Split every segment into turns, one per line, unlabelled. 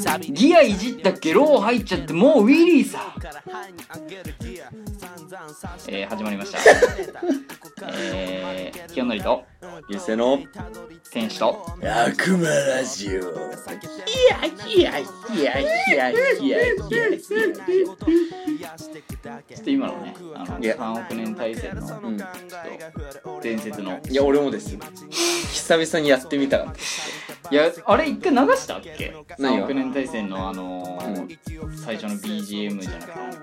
がいじったゲロを入っちゃってもうウィリーさ、えー、始まりましたえー、清則と
ゆせの
天使と
悪魔ラジオいやいやいやいやいやいや
ちょっと今のねあの
いや
3億年大戦のちょ
うん
っと伝説の
いや俺もですよ久々にやってみたかっ
いやあれ一回流したっけ
何
3
が
億年大戦のあのー最初の BGM じゃなくてなんだっ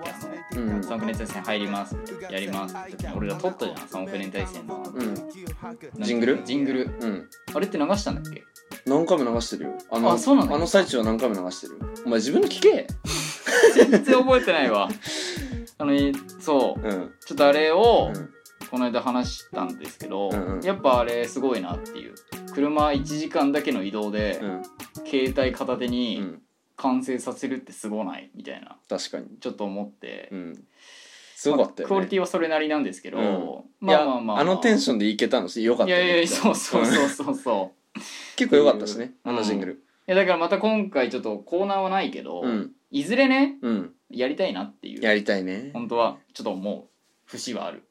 けあの
たうん
3億年大戦入りますやりますって時に俺ら撮ったじゃん3億年大戦の
うん
なん
ジングル
ジングル
うん
あれって流したんだっけ
何回も流してるよあの
あそうなんだ
あの最中は何回も流してるよお前自分の聞け
全然覚えてないわ あのねそう
うん
ちょっとあれを
うん
この間話したんですけど、
うんうん
やっぱあれすごいなっていう車1時間だけの移動で、
うん
携帯片手
う
に
ん
完成させるってすごないみたいな
確かに
ちょっと思って、
うんすごかった
まあ
よね
クオリティはそれなりなんですけど、
う
まあまあまあ、
いやあのテン
シ
ションでいけたのしよかっ
い
たよ
やいやいやそうそうそううそうそうん
結構よかったしね
う
あ
ん
のジングル
いやだからまた今回ちょっとコーナーはないけど、
うん
いずれね
うん
やりたいなっていう
やりたいね
本当はちょっと思う節はある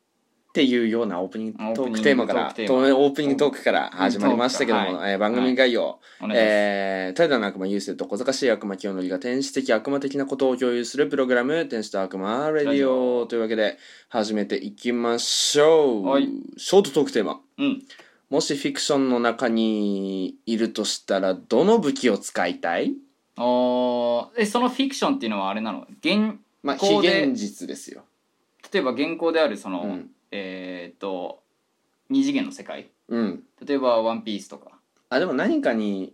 っていうようなオープニングトークテーマから
オープニングトークテーマ
とオープニングトークから始まりましたけど
トーク
も、
か
えー番組概要、
お願いします、
えー、怠惰な悪魔優勢と小賢しい悪魔清則が天使的悪魔的なことを共有するプログラム「天使と悪魔レディオ」というわけで始めていきましょう、
はい
ショートトークテーマ
うん
もしフィクションの中にいるとしたらどの武器を使いたい
おーえそのフィクションっていうのはあれなの現
まあ非
こうで
現実ですよ、
例えば現行であるその、
うん
えーっと二次元の世界
うん、
例えば「ワンピースとか
あでも何かに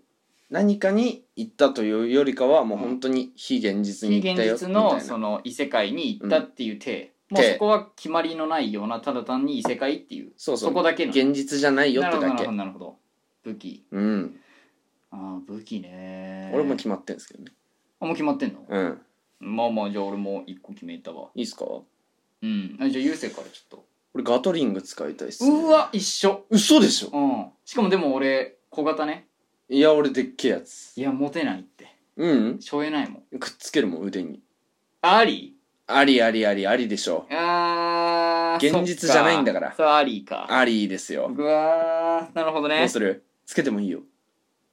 何かに行ったというよりかはもう本当に非現実
非
に行っ
現
たよみた
実
い
の
な
その異世界に行ったっていう体、もう
体
そこは決まりのないようなただ単に異世界っていう
そうそう
そこだけの
現実じゃないよってだ
なるほ
け
どなるほど武器
うん
ああ武器ね
俺も決まってんですけどね
あもう決まってんの、
うん
まあまあじゃあ俺も一個決めたわ
いいっすか
うんあじゃあ優勢からちょっ
俺ガトリング使いたいっす、
とう
ね、
わ一緒
嘘でしょ
うんしかもでも俺小型ね
いや俺でっけえやつ
いや持てないって
うん
しょえないもん
くっつけるもん腕に
あり
ありありありありでしょ
あー
現実じゃないんだから
そっそうありか
ありですよ
うわーなるほど
ど
ね
うするつけてもいいよ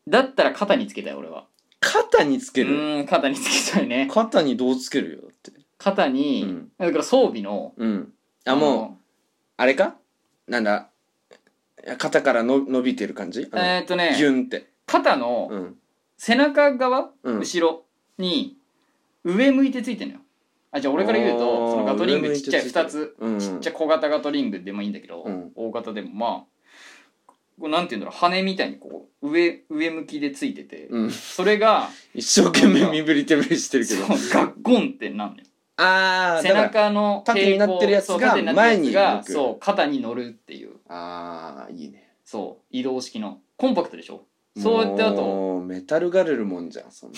だったら肩につけたい俺は
肩につ
う
ける
ーん肩につけたいね
肩にどうつけるよだって
肩に、
うん
だから装備の
うんあもうあれかなんだ肩からの伸びてる感じ
あのえーっと
ギ
ね
ュンって
肩の、
うん
背中側、
うん
後ろに上向いてついてるのよあじゃあ俺から言う
あー
とそのガトリング
上向い
ち
て
っちゃい
ついてる
2つ、
うん
ちっちゃい小型ガトリングでもいいんだけど、
うん
大型でもまあこうなんていうんだろう羽みたいにこう上上向きでついてて、
うん
それが
一生懸命身振り手振りしてるけ
そう
ど
ガッゴンってなんのよ
ああ
背中の
縦になってるやつが
そう縦になってるやつ
前に
が
向く
そう肩に乗るっていう
ああいいね
そう移動式のコンパクトでしょそうやってあと
もうメタルガルルモンじゃんそんな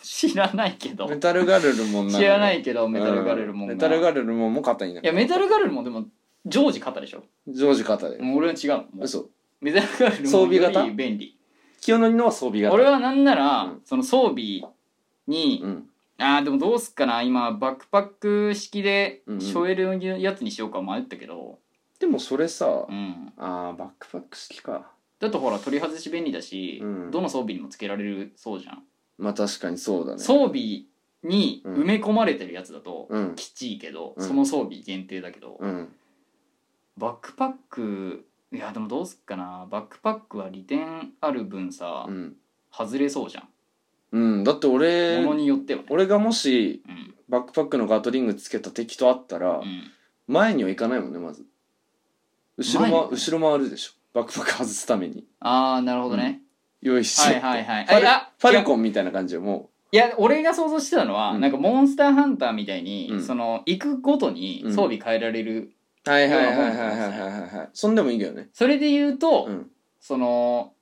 知らないけど
メタルガルルモン
知らないいけどメタルガレルも
メタルガルルモンも肩になる
いやメタルガルルもでも常時型でしょ
常時肩で
もう俺は違うもん
嘘
メタルガルル
装
も
備
よ
型
り便利
清則のは装備型
俺はなんなら、
うん
その装備に、
うん
あーでもどうすっかな今バックパック式で
うんうん
しょえるやつにしようか迷ったけど、
でもそれさ
うん
あーバックパック式か
だとほら取り外し便利だし、
うん
どの装備にもつけられるそうじゃん、
まあ確かにそうだね
装備に埋め込まれてるやつだと、
うん
きちいけど、
うん
その装備限定だけど、
うん
バックパックいやでもどうすっかなバックパックは利点ある分さ、
うん
外れそうじゃん
うんだって俺
ものによってはね
俺がもし
うん
バックパックのガトリングつけた敵と会ったら
うん
前には行かないもんねまず後ろ
前に
ま後ろ回るでしょバックパック外すために
ああなるほどね、
よいしょ
はいはいはい
フ
あ
ァル
いや
ファルコンみたいな感じよも
いや俺が想像してたのは、
うん
なんかモンスターハンターみたいに、
うん
その行くごとに
うん
装備変えられる、
うはいはいはいはいはいはいはいはいそんでもいいけどね
それで言うと、
うん
その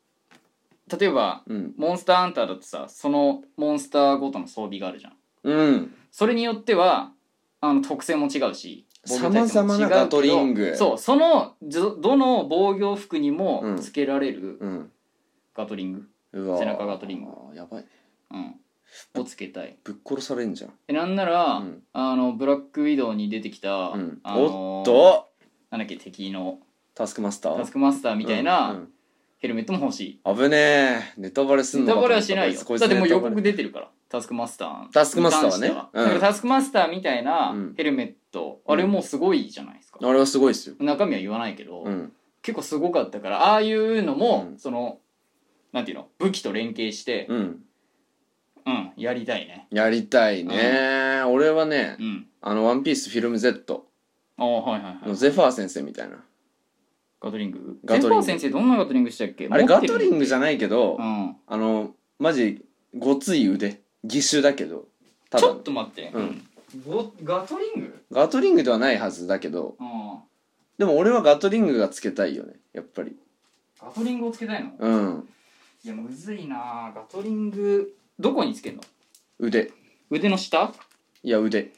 例えば
うん
モンスターハンターだとさそのモンスターごとの装備があるじゃん
うん
それによってはあの特性も違うし
様々なガトリン
防御対策も違
グ
うけどそうそのどどの防御服にもつけられる
うん
ガトリング、
うわ
背中ガトリング
あーやばいね
うんをつけたい
ぶっ殺されんじゃん。
えなんなら、
うん
あのブラックウィドウに出てきた、
うん
あの
おっと
なんだっけ敵の
タスクマスター
タスクマスターみたい
うんう
なんヘルメットも欲しい、
危ねえネタバレすん
ネ
のか
タバ
と
レ
思
は
った
しないよ
こいつ
だってもう予
ネタバレ
告出てるからタスクマスター
タスクマスターはね
に関して
うん
だからタスクマスターみたいな
うん
ヘルメット、
うん
あれもうすごいじゃないですか、
あれはすごいですよ。
中身は言わないけど、
うん。
結構すごかったからああいうのも、
うん
そのなんていうの武器と連携して
うん。
うん、やりたいね
やりたいね。俺はね
う、ん
あの、ワンピースフィルム Z
ああはいはいはい
のゼファー先生みたいな。
ガトリング
ガ
ゼ
トリング
ファー先生どんなガトリングしたっけ
あれガトリン
グ
グじゃないけど
う、ん
あの、マジ、ごつい腕。義手だけど。た
ち
だ
ょっ、と待って、
うん
ごガトリング
ガトリングではないはずだけど、
うん
でも俺はガトリングがつけたいよね。やっぱり。
ガトリングをつけたいの
うん。
いやむずいなガトリングどこにつけるの
腕。
腕の下
いや、腕。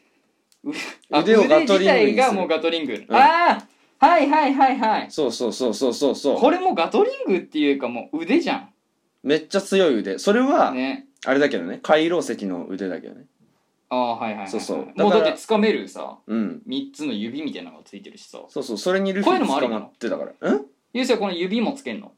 あ
腕をガトリングにする
腕自体がもうガトリング、
うん
ああはいはいはいはい
そうそうそうそうそうそ
これもうガトリングっていうかもう腕じゃ
う。めっちゃ強い腕。それは
ん、ね
あれだけどね。回廊石の腕だけどね。
ああはいはいはいはい
そうそうだから
もうだって掴めるさ
うん。
3つの指みたいなのがついてるしさ
そうそう。それにルフ
こういう
ィ
のもあり
捕
な
ま
の
ってたから。ん
ゆうせいはこの指もつけんの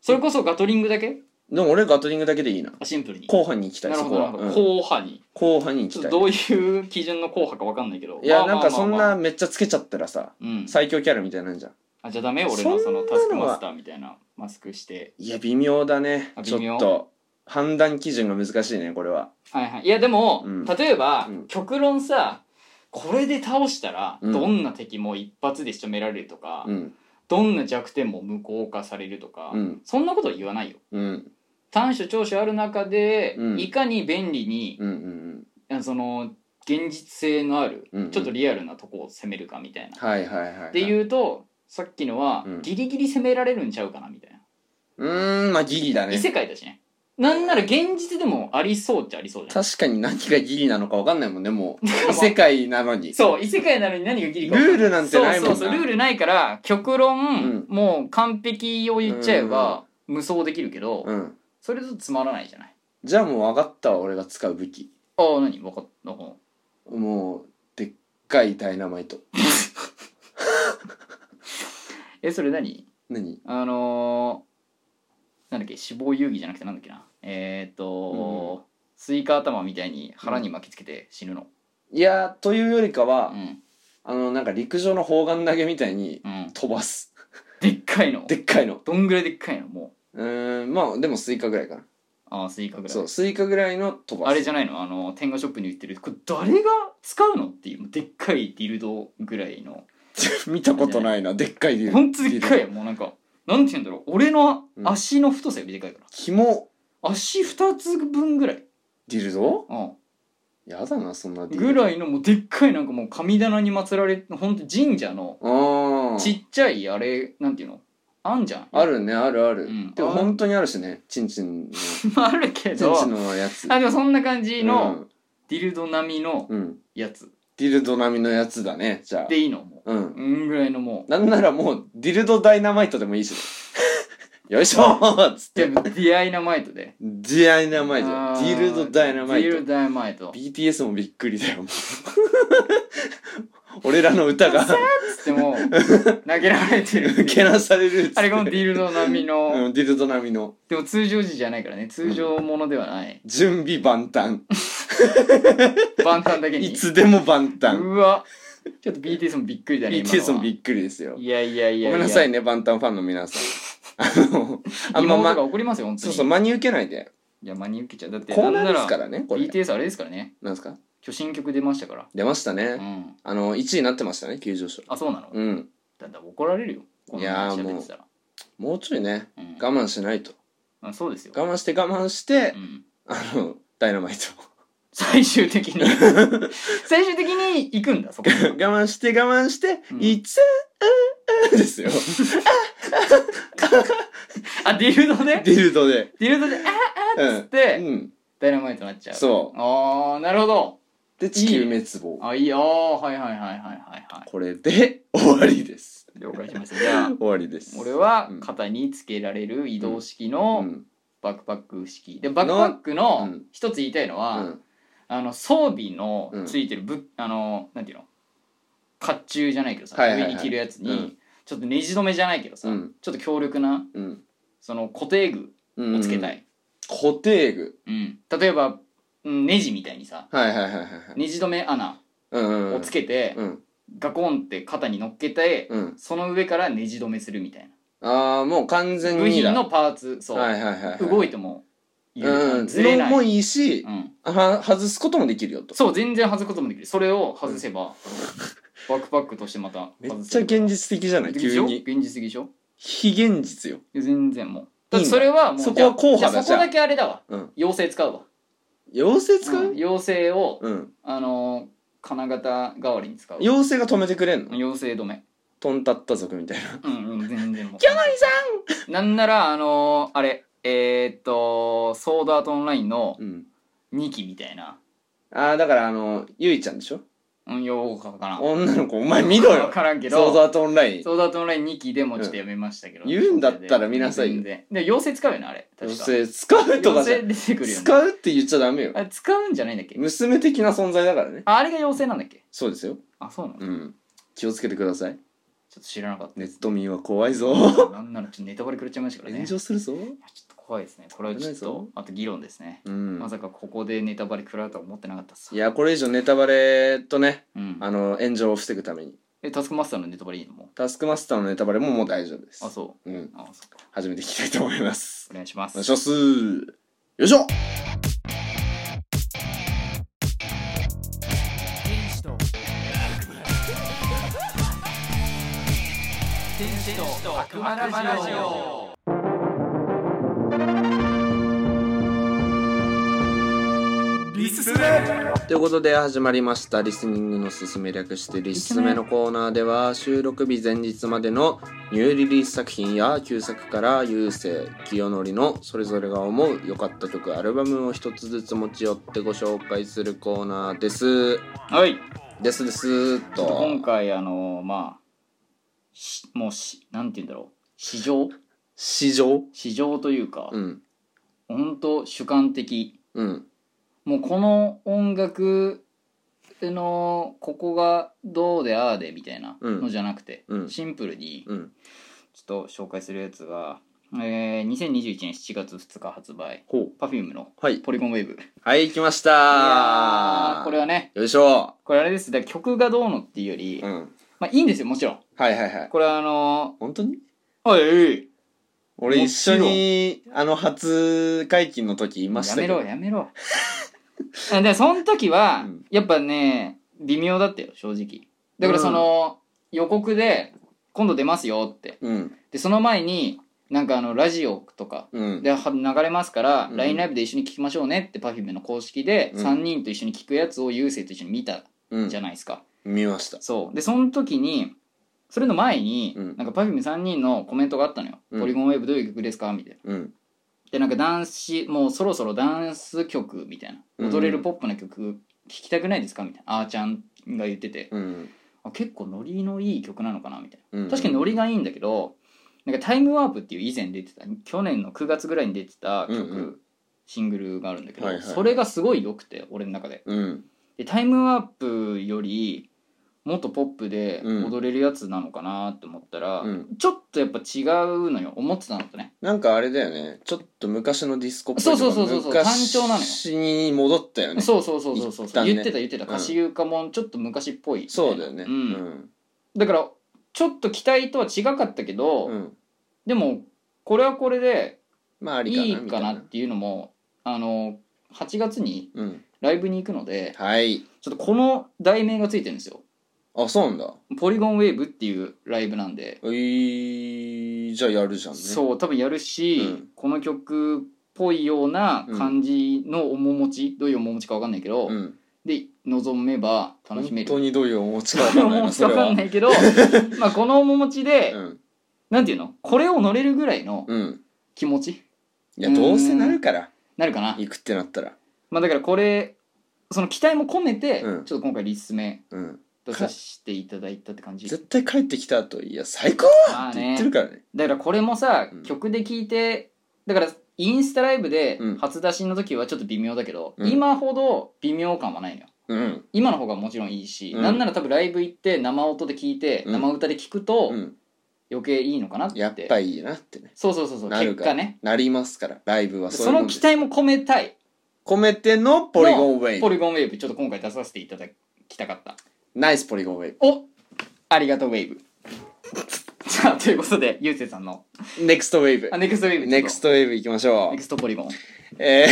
それこそガトリングだけ
でも俺ガトリングだけでいいな。
あシンプルに
後半に行きたい、
なる
そ
ほ
こ
どな
は。
るほど、
うん
後派に
後半に行
ち
き
ょったと
い。
どういう基準の後派か分かんないけど
いや、
まあ
なん
まあ
かそん
まあま
な
あ
めっちゃつけちゃったらさ、
うん、
最強キャラみたいなんじゃん。
あじゃあダメ俺のその
そんなの
タ
は
スクマスターみたいなマスクして
いや、微妙だね
あ。
ちょ
微妙
っと。判断基準が難しいね、これは。
はいはいいやでも、
うん
例えば、
うん
極論さこれで倒したら、
うん
どんな敵も一発で仕留められるとか、
うん。
どんな弱点も無効化されるとか、
うん。
そんなことは言わないよ
うん。
短所長所ある中で、
うん
いかに便利に
うん。、うん。
あその現実性のある、
うんうん
ちょっとリアルなとこを攻めるかみたいな、
はいはいはい。
でいうとさっきのは、
うん
ギリギリ攻められるんちゃうかなみたいな、
うーん、まあギリだ
異
ね。
世界だしねなんなら現実でもありそうっちゃありそうじゃん
確かに何がギリなのか分かんないもんね、もう。
からまあ
異世界なのに。
そう異世界なのに何がギリか
ルールなんてないもんな
そうそうそうルールないから極論、
うん
もう完璧を言っちゃえば無双できるけど、
うん。
それだとつまらないじゃない
じゃあもう分かったわ、俺が使う武器。
ああ何分かったほ
もう、でっかいダイナマイト。
うえそれ何
何
あのー、なんだっけ死亡遊戯じゃなくてなんだっけなえー、っと、スイカ頭みたいに腹に巻きつけて死ぬの
いや、というよりか
う
は、
ん
あの、なんか陸上の砲丸投げみたいに
うん
飛ばす。
でっかいの
でっかいの。
どんぐらいでっかいのも
うーん、まあでもスイカぐらいかな。
うああスイカぐら
そ、
いう
スイカぐらいの飛ばす。
あれじゃないのあの天下ショップに売ってるこれ誰が使うのっていうでっかいディルドぐらいの
見たことないな、でっかい理由。
ほんとでっかいよもうなんかなんて言うんだろう俺の
うん
足の太さよりでかいから、
キモ
足2つ分ぐらい、
ディルド
うん、
やだな、そんなディ
ぐ
ルド。
らいのもうでっかいなんかもう神棚に祀られほんと神社の
ああ。
ちっちゃいあれなんていうのあんじゃん
あ
る
るね、あるある。
うん
でも
ある
本当にあるしね、チンチンの。チ
あるけ
ン
ど
チンのやつ。
あでもそんな感じのディルド並みの
うん、うん。
やつ
ディルド並みのやつだね、じゃあ。
でいいのも
うん。
ううんぐらいのも
なんならもう、ディルドダイナマイトで もいいしね。よいしょーっつっ
うで
て。
ディアイナマイトで
ダイナマイト。デ
あー
ィルドダイナマイト。
ディルドダイナマイト
BTS もびっくりだよもう 俺らの歌が
つっても う投げられてるっていう
けなされるっつって
あれがもうディルド並みの
うんディルド並みの
でも通常時じゃないからね通常ものではない
準備万端
万端だけに
いつでも万端
うわちょっと BTS もびっく りだね今のは
BTS もびっくりですよ
いやいやいや
ごめんなさい
ね
ね万端ファンの皆 さんあのあ
あ
ん
ん
ま
ま
ま
が怒りますよ本当
そう
に
そう真に受けないで
いや真に受けちゃうだって
コー
なん
ナー
な
で
ら
すからねこれ
BTS あれですからね
なんですか
巨新曲出ましたから
出ました
う
ね
ん
あの1位になってましたね急上昇
あそうなの
うん
だんだん怒られるよこんなの喋ってたら
もうちょいね
うん
我慢しないと
あそうですよ
我慢して我慢して
うん
あのダイナマイト
最終的に最終的に行くんだそこに
我慢して我慢して
うん
いつうんうんで すよ
あディルドで
ディルドで。
ディルドであ
う
っ
ん。
て、
うん。
ダイナマイトになっちゃうう
そ
ああなるほど
う。で、地球滅亡。
あいいよはいはいはいはいはいは
これで 終わりです。
い了解しましたじゃあ
終わりです。
俺は
うん
肩につけられる移動式
う
の
ん。
バックパック式でバックパックの
うん
一つ言いたいの
う
は、
ん
あの装備の
うん
ついてるぶ、あのなんていうの甲冑じゃないけどさ、
はいはいはい
上に着るやつに、
うん
ちょっとネジ止めじゃないけどさ、
うん
ちょっと強力な
うん
その固定具
うん
をつけたい、
固定具
うん例えば、うん、ネジみたいにさ
はいはいはいはいはい
ネジ止め穴
うんうんう
を
ん
つけて、
うん
ガコンって肩に乗っけて、
うん
その上からネジ止めするみたい
ああもう完
な
全に
部品
だ
のパーツそう、
はいはいはい
動
い
いてもいい
うん
ずれない、
のもいいし
うん
は外すこともできるよと
そう全然外すこともできるそれを外せば、バックパックとしてまた
めっ
外
ちゃ
せる
現実的じゃない
でし
急
ょ
に
現実的でしょ
非現実よ
いや全然もう
い
だっ
いんだ
てそれはもう
そこは硬派だ
じゃあ
じ
そ
ゃあ
こだけあれだわ
うん
妖精使うわ
妖精使
ん
う
妖精を、
うん
あのー金型代わりに使う
妖精が止めてくれんの
妖精止め
とんたった族みたいな
うんうん全然もう
ギャラリさ
んなんならあのーあれえー、っとソードアートオンラインの
うん
2期みたいな
ああだからあのゆいちゃんでしょ
運用かかな
女の子お前見ろ
分
よ
からんけど
ソードアートオンライン
ソードアートオンライン2期でもちょっとやめましたけど、
うん言うんだったら見なさいよ
全然で妖精使うよねあれ確か
妖精使うとかじゃ
妖精出てくるよね
使うって言っちゃダメよ
あれ使うんじゃないんだっけ
娘的な存在だからね
ああれが妖精なんだっけ
そうですよ
あそうなの、ちょ
うん気をつけてください
っと知らなかった
ネ
で
ッ
す
ト民は怖い ぞ
なんならちょっとネタバレくれちゃいましたからね
炎
ちょっ
上するぞ
と怖いですねこれはちょっ
危ないぞ
とあと議論ですね、
うん
まさかここでネタバレ食らうとは思ってなかったっす
いやこれ以上ネタバレとね
うん
あの炎上を防ぐために
えタスクマスターのネタバレいいのも
タスクマスターのネタバレももう大丈夫です、
あそう
ん、
うあそうか
始めていきたいと思います
お願いしま
お
す
願いしますよいしょ
悪魔ラジオ
ということで始まりました「リスニングのすすめ」略して「リスめ」のコーナーでは収録日前日までのニューリリース作品や旧作から優勢清則のそれぞれが思う良かった曲アルバムを一つずつ持ち寄ってご紹介するコーナーです
はい
ですですっ
ちょっと今
と
回あのまあしもうしなんて言うんだろう市場
市場
市場というか、
うん
本当主観的
うん
もうこの音楽のここがどうでああでみたいな
うん
のじゃなくて、
うん
シンプルに
うん
ちょっと紹介するやつが、えー、2021年7月2日発売
ほ
Perfume の
うはい
「ポリゴンウェーブ」い
はい来ました
やーこれはね
よいしょ
これあれですだから曲がどうのっていうより、
うん
まあいいんですよもちろん
はいはいはい
これはあの
本当
ー、
に
おい
俺一緒にあの初解禁の時いまし
や
た
め
けど
ろやめろあでその時は、
うん
やっぱね微妙だったよ正直だからその、予告で今度出ますよって
うん
でその前になんかあのラジオとか
うん
では流れますから、
うん
LINE ライブで一緒に聴きましょうねって Perfume の公式で
うん
3人と一緒に聴くやつを優勢と一緒に見た
うん
じゃないですか、
見ました
そうでその時にそれの前に、
うん
なんか Perfume3 人のコメントがあったのよ「
うん
ポリゴンウェーブどういう曲ですか?」みたいな
うん
でなんかダンスもうそろそろダンス曲みたい
うん
な踊れるポップな曲聴きたくないですかみたいなあーちゃんが言ってて
うん
あ結構ノリのいい曲なのかなみたい
うん
な確かにノリがいいんだけどなんか「タイムワープ」っていう以前出てた去年の9月ぐらいに出てた曲、
うんうん
シングルがあるんだけど、
はいはい
それがすごい良くて俺の中で
うん
で「タイムワープ」よりもっとポップで
うん
踊れるやつなのかなって思ったら、
うん
ちょっとやっぱ違うのよ思ってたのとね
なんかあれだよねちょっと昔のディスコっぽい
そうそうそうそう
とか
単調なのよ
昔に戻ったよね
そうそうそうそうそう
一旦ね
言ってた言ってた
うん
歌詞優化もちょっと昔っぽいみたいな
そうだよね
んだからちょっと期待とは違かったけど、
うんうん
でもこれはこれで
まあありかない
い
みた
か
い
なっていうのもあの8月に
うん
ライブに行くので
はい
ちょっとこの題名がついてるんですよ
あそうなんだ
「ポリゴンウェーブ」っていうライブなんで、
えーじゃあやるじゃんね
そう多分やるし、
うん
この曲っぽいような感じの面持ち、どういう面持ちか分かんないけど、
うん
で望めば楽しめる
本当にどういうお持ちかわか
この
ん な
面
いな
持ち
そ
わ
れ
かん
は
ないけど まあこの面持ちで、
うん
なんていうのこれを乗れるぐらいの
うん
気持ち
いやどうせなるから
なるかな、
行くってなったら
まあ、だからこれその期待も込めて、
うん
ちょっと今回リスメ
うん
とさせていただいたって感じ
絶対帰ってきた後いや最高
まあ
って言っ
ね
てるからね
だからこれもさ、
うん
曲で聴いてだからインスタライブで
うん
初出しの時はちょっと微妙だけど、
うん
今ほど微妙感はないのよ
うん
今の方がもちろんいいし、
うん
なんなら多分ライブ行って生音で聞いて、
うん
生歌で聞くと
うん
余計いいのかなって
やっぱいいなってね
そうそうそうそう
な
結
るか
果ね
なりますからライブは
そう
いうも
の
んです
期待も込めたい
込めてのポリゴンウェイ
ポ
ブ
リゴンウェーブちょっと今回出させていただきたかった
ナイスポリゴンウェイ
おありがとうウェーブ じゃあということでゆうせいさんの
ブネクストウェイブ
あネクストウェーブ
ネクス
ト
トウェイブいきましょ
ネクストポリゴン
うえ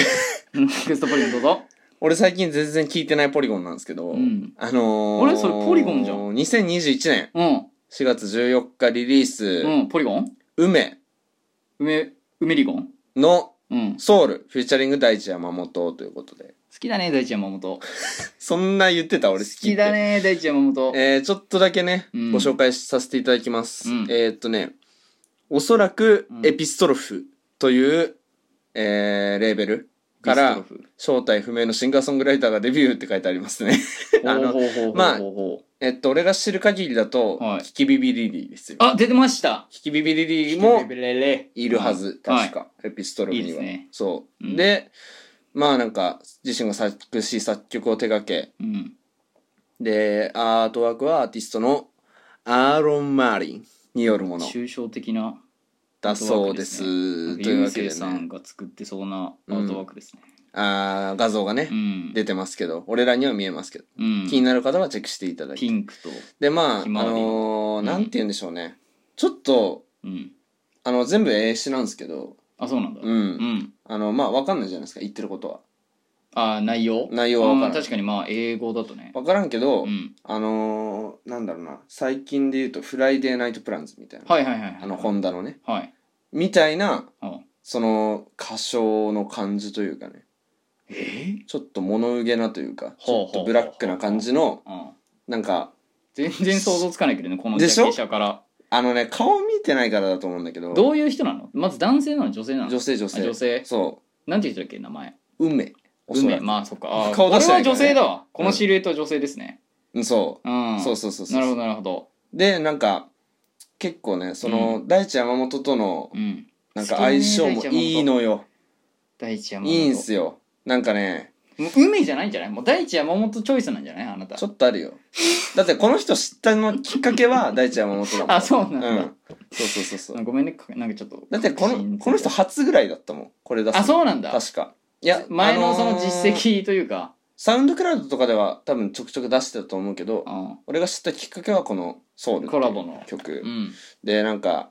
ー
うんネクストポリゴンどうぞ
俺最近全然聞いてないポリゴンなんですけど、
うん
あのー、
あれそれポリゴンじゃん
2021年
うん
4月14日リリース、
うんポリゴン
梅
梅梅リゴン
の
うん好
ソウルフューチャリング大地山本ということで
きだね大地山本好
そんな言ってた俺好きって
きだね大地山本
えー、ちょっとだけね、
うん
ご紹介させていただきます、
うん
えー、っとねおそらく
うん
エピストロフという、えーレーベルか
ビ
ら
ストロフ
正体不明のシンガーソングライターがデビューって書いてありますね あの
ほうほうほうほう
まあ
ほうほう
えっと俺が知る限りだと、
はい
キキビビリリーですよ
あ出てました
キキビビリリーも
レレレ
いるはず、
うん
確か、エピストロフには。
いいですね
そう、
うん
で、まあなんか、自身が作詞作曲を手掛け、
うん
で、アートワークはアーティストのアーロン・マーリンによるもの
抽象的な
だそうです。
なんか
という
ゆ
わ
う
け
せ
で
いさん
ね、
が作ってそうなアートワークですね
あー画像がね、
うん
出てますけど、俺らには見えますけど、
うん
気になる方はチェックしていただいて。
ピンクと
で、まあ、あ
ひまわり
のー
うん
なんて言うんでしょうね。ちょっと、
うん
あの、全部英詞なんですけど、
あそうなんだ
うん
うん
あの、まあ、わかんないじゃないですか、言ってることは。
あ内容
内容はわから
あ
ん
ー確かにまあ英語だとね
わからんけど、
うん
あのー、なんだろうな最近で言うと「フライデーナイトプランズ」みたいな、
はいはいはいはい
あのホンダのね
はい
みたいな
あ
その歌唱の感じというかね
えー
ちょっと物憂げなというかち
ほうほ
ょ
う
っとブラックな感じの
あ
なんか
全然想像つかないけどねこのジ
で
ャ
しょ
ケ写から
あのね顔見てないからだと思うんだけど
どういう人なのまず男性なの女性なの
女性女
あ
性
女性
そ
なんていう人だっけ名前
う梅おそら
梅
く、
まあそっかあー
顔出してない
これは女性だわ
う
こ
ん
のシルエットは女性ですね
うんそうう、
ん
そうそうそうそう
なるほどなるほど
でなんか結構ねその、大地山本との
うん
なんか相性もいいのよ、
大地山
い
本
いんすよなんかね
もう梅じゃないんじゃないもう大地山本チョイスなんじゃないあなた
ちょっとあるよ。だってこの人知ったのきっかけは大地山本だも ん。
あそうなん
う
だ、
ん。そうそうそうそう。
ごめんねかなんかちょっと
だってこ
確
の
信
この人初ぐらいだったもん。これ出すの。
あそうなんだ
確か。いや
前のそ
あ
の
ー
実績というか、
サウンドクラウドとかでは多分ちょくちょく出してたと思うけど、俺が知ったきっかけはこのソウル
コラボの
曲
う。ん
でなんか、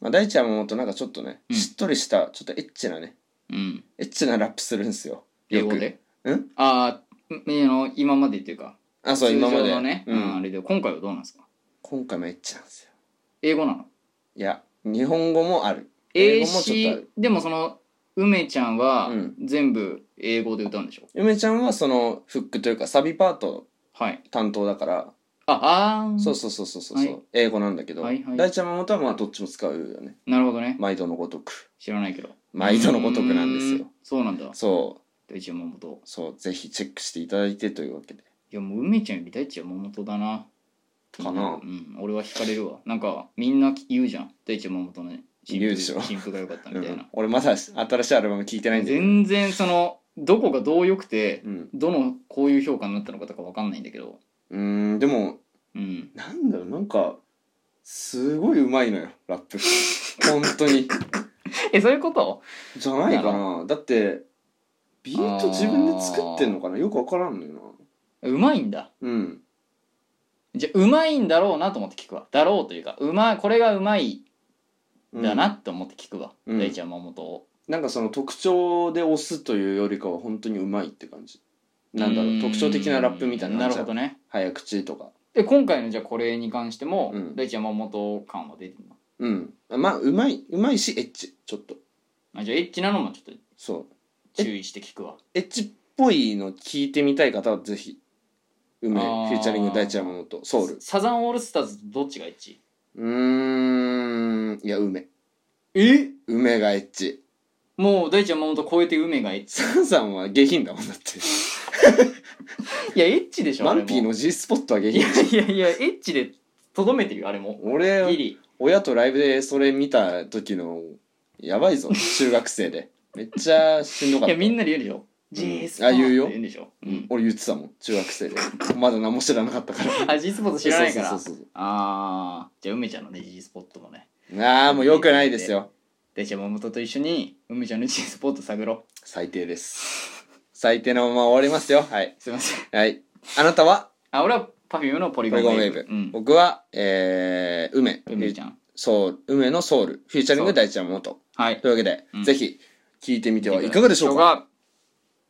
まあ、大地山本なんかちょっとね、
うん
しっとりしたちょっとエッチなね
うん
エッチなラップするんですよ。
英
よ
語
く。
で
うん
ああの今までっていうか
あそう今ま
通
で、
常のね、
う
うんあ
ん。
れで今回はどうなんですか
今回もエッチなんですよ。
英語なの
いや日本語もある。
英
語もちょっとある
詞でもその梅ちゃんは
うん
全部英語で歌うんでしょ、
梅ちゃんはそのフックというかサビパート
はい
担当だから、
ああー
そうそうそうそうそう、
はい
英語なんだけど、
はいはい
大ちゃんもとはまあどっちも使うよね
なるほどね
毎度のごとく
知らないけど
毎度のごとくなんです
うー
よ
そうなんだ
そ
大地山本
うそうぜひチェックしていただいてというわけで
いやもう梅ちゃんより大地山本だな
かな
うん、俺は惹かれるわなんかみんな言うじゃん大地山本のね新
言う
婦
でしょ
新婦が良かったみたいな、
うん俺まだ新しいアルバム聴いてないんで、
全然そのどこがどう良くて
うん、
どのこういう評価になったのかとかわかんないんだけど
うーんでも
うん
なんだろうなんかすごいうまいのよラッ プ本当に
えそういうこと
じゃないかなだってビート自分で作ってんのかなよくわからんのよな
うまいんだ
うん
じゃあうまいんだろうなと思って聞くわだろうというかうまいこれがうまい
うん
だなと思って聞くわ、
うん
大地山本を
なんかその特徴で押すというよりかは本当にうまいって感じなんだろう特徴的なラップみたいな
な
のあ
る
じゃん
ほどね
早口とか
で今回のじゃあこれに関しても、
うん
大地山本感は出てるの
うんまあうまいうまいしエッチちょっと
あじゃあエッチなのもちょっ
そう
と注意して聞くわ
エッチっぽいの聞いてみたい方はぜひ梅
あ
フ
ー
ューチャリング大地山本ソウル
サザンオールスターズとどっちがエッチ
うーんいや梅
え
梅がエッチ
もう大地山本超えて梅がエッチ
サンさんは下品だもんだって
いやエッチでしょ
マ
あれ
ン
も
ピーの G スポットは下
い
品
やいやいやエッチでとどめてるよあれもギ
俺
リ
親とライブでそれ見た時のやばいぞ中学生でめっちゃしんどかっ
い
た
やみんなで言うでしょ G スポー
あ言うよ
ツって言うんでしょ、うん、
俺言ってたもん中学生でまだ何も知らなかったから
あ G スポーツ知らないから
そうそうそう
ああじゃあ梅ちゃんのね G スポットもね
そうああもうよくないですよ
でじゃあ桃とと一緒に梅ちゃんの G スポット探ろう
最低です最低のまま終わりますよはい
すいません
はいあなたは
あ俺は Perfume のポリ
ポ
ゴン
リゴンウ
ウ
ェ
ェ
ー
ー
ブ
ブ、うん、
僕はえー、梅
梅ちゃん
ソウル梅のソウルフューチャリング大ちゃん元
はい
というわけで、
うん
ぜひ聞いてみてはいかがでしょうか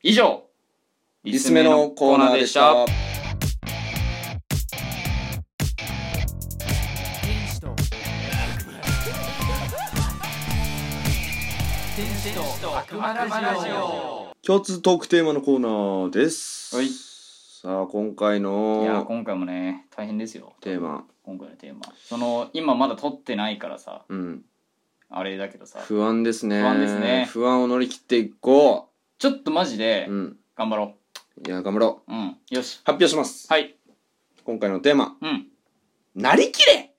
以上
リスメのコーナーでした。
天使と天使と悪魔ラジオ
共通トークテーマのコーナーです。
はい
さあ今回
いやー
の
今回もね大変ですよ
テーマ、
今回のテーマその今まだ撮ってないからさ
うん、
あれだけどさ
不安ですね。
不安ですね
不安を乗り切っていこ
ちょっとマジで
う。うん。
頑張ろ
いや頑張ろう。
ううんよし
発表します。
はい
今回のテーマ、
うん
なり きれ。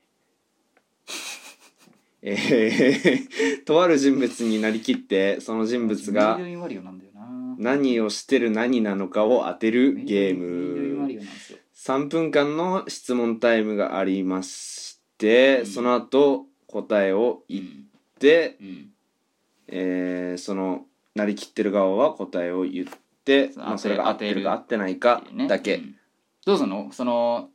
えー、とある人物になりきってその人物が
メイドインワリオなんだよな
何をしてる何なのかを当てるゲー
メイドインワ
ム
リオなんですよ
3分間の質問タイムがありまして、
うん
その後答えを
う
言っ
ん
て、
うん
えーそのなりきってる側は答えを言って、
そう
まあ、
当て
それが合ってるか合ってない
っ
か
ていうね
だけ、
うんどうすんのその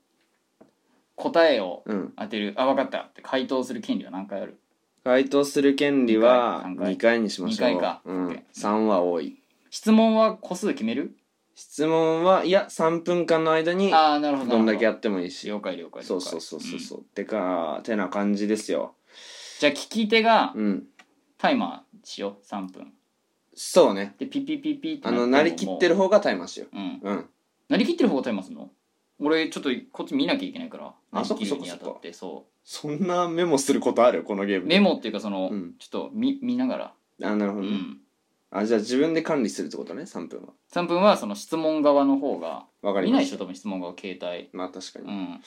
答えを
うん、
当てるあ分かったって回答する権利は何回ある
該当する権利は
二回三回
2回にしましょう
二回か
うん
OK
3は多い
質問は個数決める
質問はいや3分間の間に
ああなるほど
どんだけあ
や
ってもいいし
了解了解了解
そうそうそうそう
うん
そう、てかてな感じですよ
じゃあ聞き手が
うん
タイマーしよう3分
そうね
でピッピッピッピッって
あ
って
の
も
なりきってる
も
方がタイマーしよ
ううん
ううん
なりきってる方がタイマーするの俺ちょっとこっち見なきゃいけないから
あそっ
なり
か
き
そっ
る
か
に
そ
あ
っか
たってそ
そんなメモすることあるこのゲー
う
ム
メモっていうかその、
うん
ちょっと見見ながら、
あなるほ
う
どね、
ん、
あじゃあ自分で管理するってことね3分は
3分はその質問側の方が
わかり
見な
ま
いで
し
したょ多分質問側携帯
まあ確か
う
に、
ん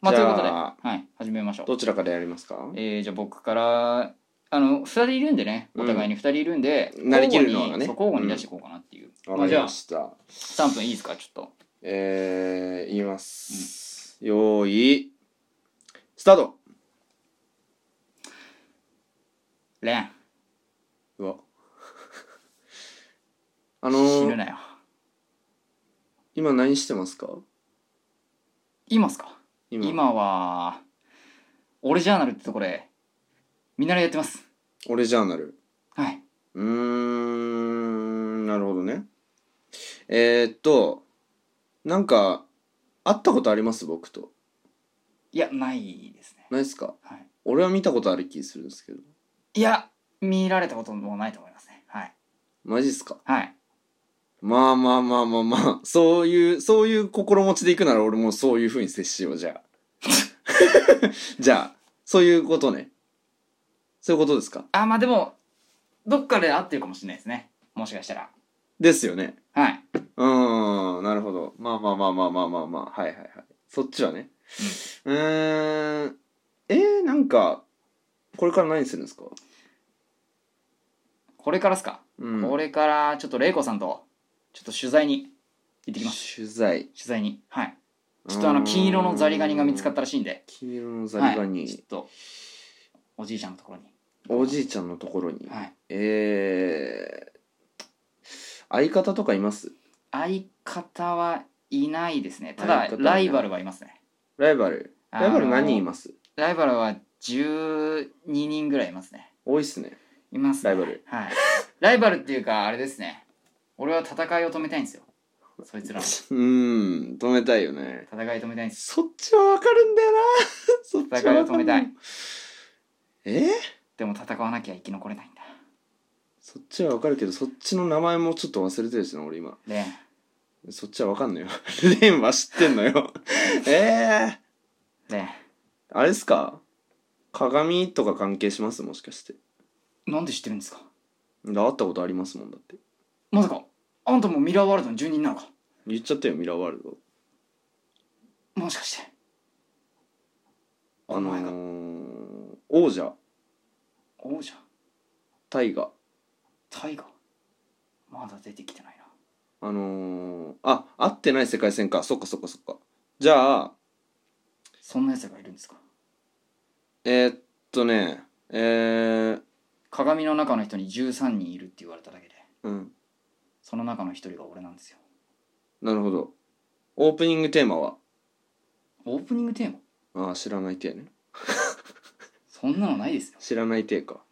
まあ
じ
とい
ゃ
う
あ
ことではい始めましょう
どちらからやりますか
えー、じゃあ僕からあの2人いるんでねお互いに2人いるんで、
うんなりきるの
交互
がね
にそう交互に出していこうかなっていう、
わ
ま
か
あ、じ
り
ゃあ
ました
3分いいですかちょっと
えー、言います、用意スタート
レン
うわ あの
死ぬ
ー、
なよ
今何してますか
いますか
今
今は俺ジャーナルってとこで見習いやってます
俺ジャーナル
はいう
ーんなるほどねえー、っとなんか会ったことあります僕と
いやないですね、
ないっすか
はい、
俺は見たことある気するんですけど
いや見られたこともないと思いますねはい
マジっすか
はい
まあまあまあまあまあそういうそういう心持ちで行くなら俺もそういうふうに接しようじゃあ じゃあそういうことねそういうことですか
あまあでもどっかで会ってるかもしれないですねもしかしたら
ですよね
はい、
うーんなるほどまあまあまあまあまあまあまあはいはいはいそっちはねうーんえー、なんかこれから何するんですか
これからっすか、
うん
これからちょっと玲子さんとちょっと取材に行ってきます
取材
取材にはいちょっとあの金色のザリガニが見つかったらしいんで
黄色のザリガニ、
はい、ちょっとおじいちゃんのところに
おじいちゃんのところに、
はい
えー、相方とかいます
相方はいないですねた
相
だ
方はいない
ライバルはいますね
ライバルライバル何人います
すライバルは12人ぐらいいますね
多いっすね
います、ね、
ライバル
はいライバルっていうかあれですね俺は戦いを止めたいんですよそいつらの
うーん止めたいよね
戦い止めたいんです
そっちはわかるんだよな そっち
戦
はいわ
を
か
止
ん
めた
ない
い
えー、
でも戦わなきゃ生き残れないんだ
そっちはわかるけどそっちの名前もちょっと忘れてるしな俺今
レン
そっちはわかんのよ レンは知ってんのよ えー、
レ
あれっすか鏡とか関係しますもしかして
ンなんで知ってるんですか
だ会ったことありますもんだって
まさかあんたもミラーワールドの住人なのか
言っちゃったよミラーワールド
もしかして
あ
お
の
前が
ー、王者
王者
タイガ
大河まだ出てきてないな
あのーあ合ってない世界線かそっかそっかそっかじゃあ
そんなやつがいるんですか
えーっとねえー、
鏡の中の人に13人いるって言われただけで
うん
その中の一人が俺なんですよ
なるほどオープニングテーマは
オープニングテーマ
ああ知らない体ね
そんなのないですよ
知らない体か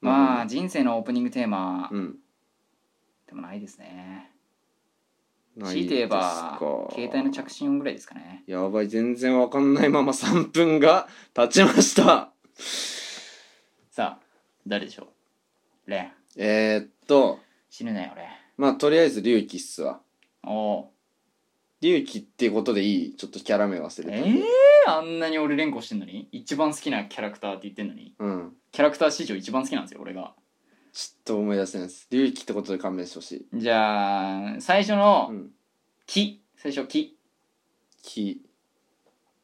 まあ
あ
人生のオープニングテーマ
うん
でもないですね
な
強いて言えば
ですか
携帯の着信音ぐらいですかね
やばい全然わかんないまま3分が経ちました
さあ誰でしょうレン
えー、っと
死ぬなよレン
まあとりあえず龍騎っすわ
おお
龍騎っていうことでいいちょっとキャラ名忘れて
えー、あんなに俺連呼してんのに一番好きなキャラクターって言ってんのに
うん
キャラクター史上一番好きなんですよ俺が
ちょっと思い出せないです龍騎ってことで勘弁してほしい
じゃあ最初
う
の
ん
「木」最初「木
き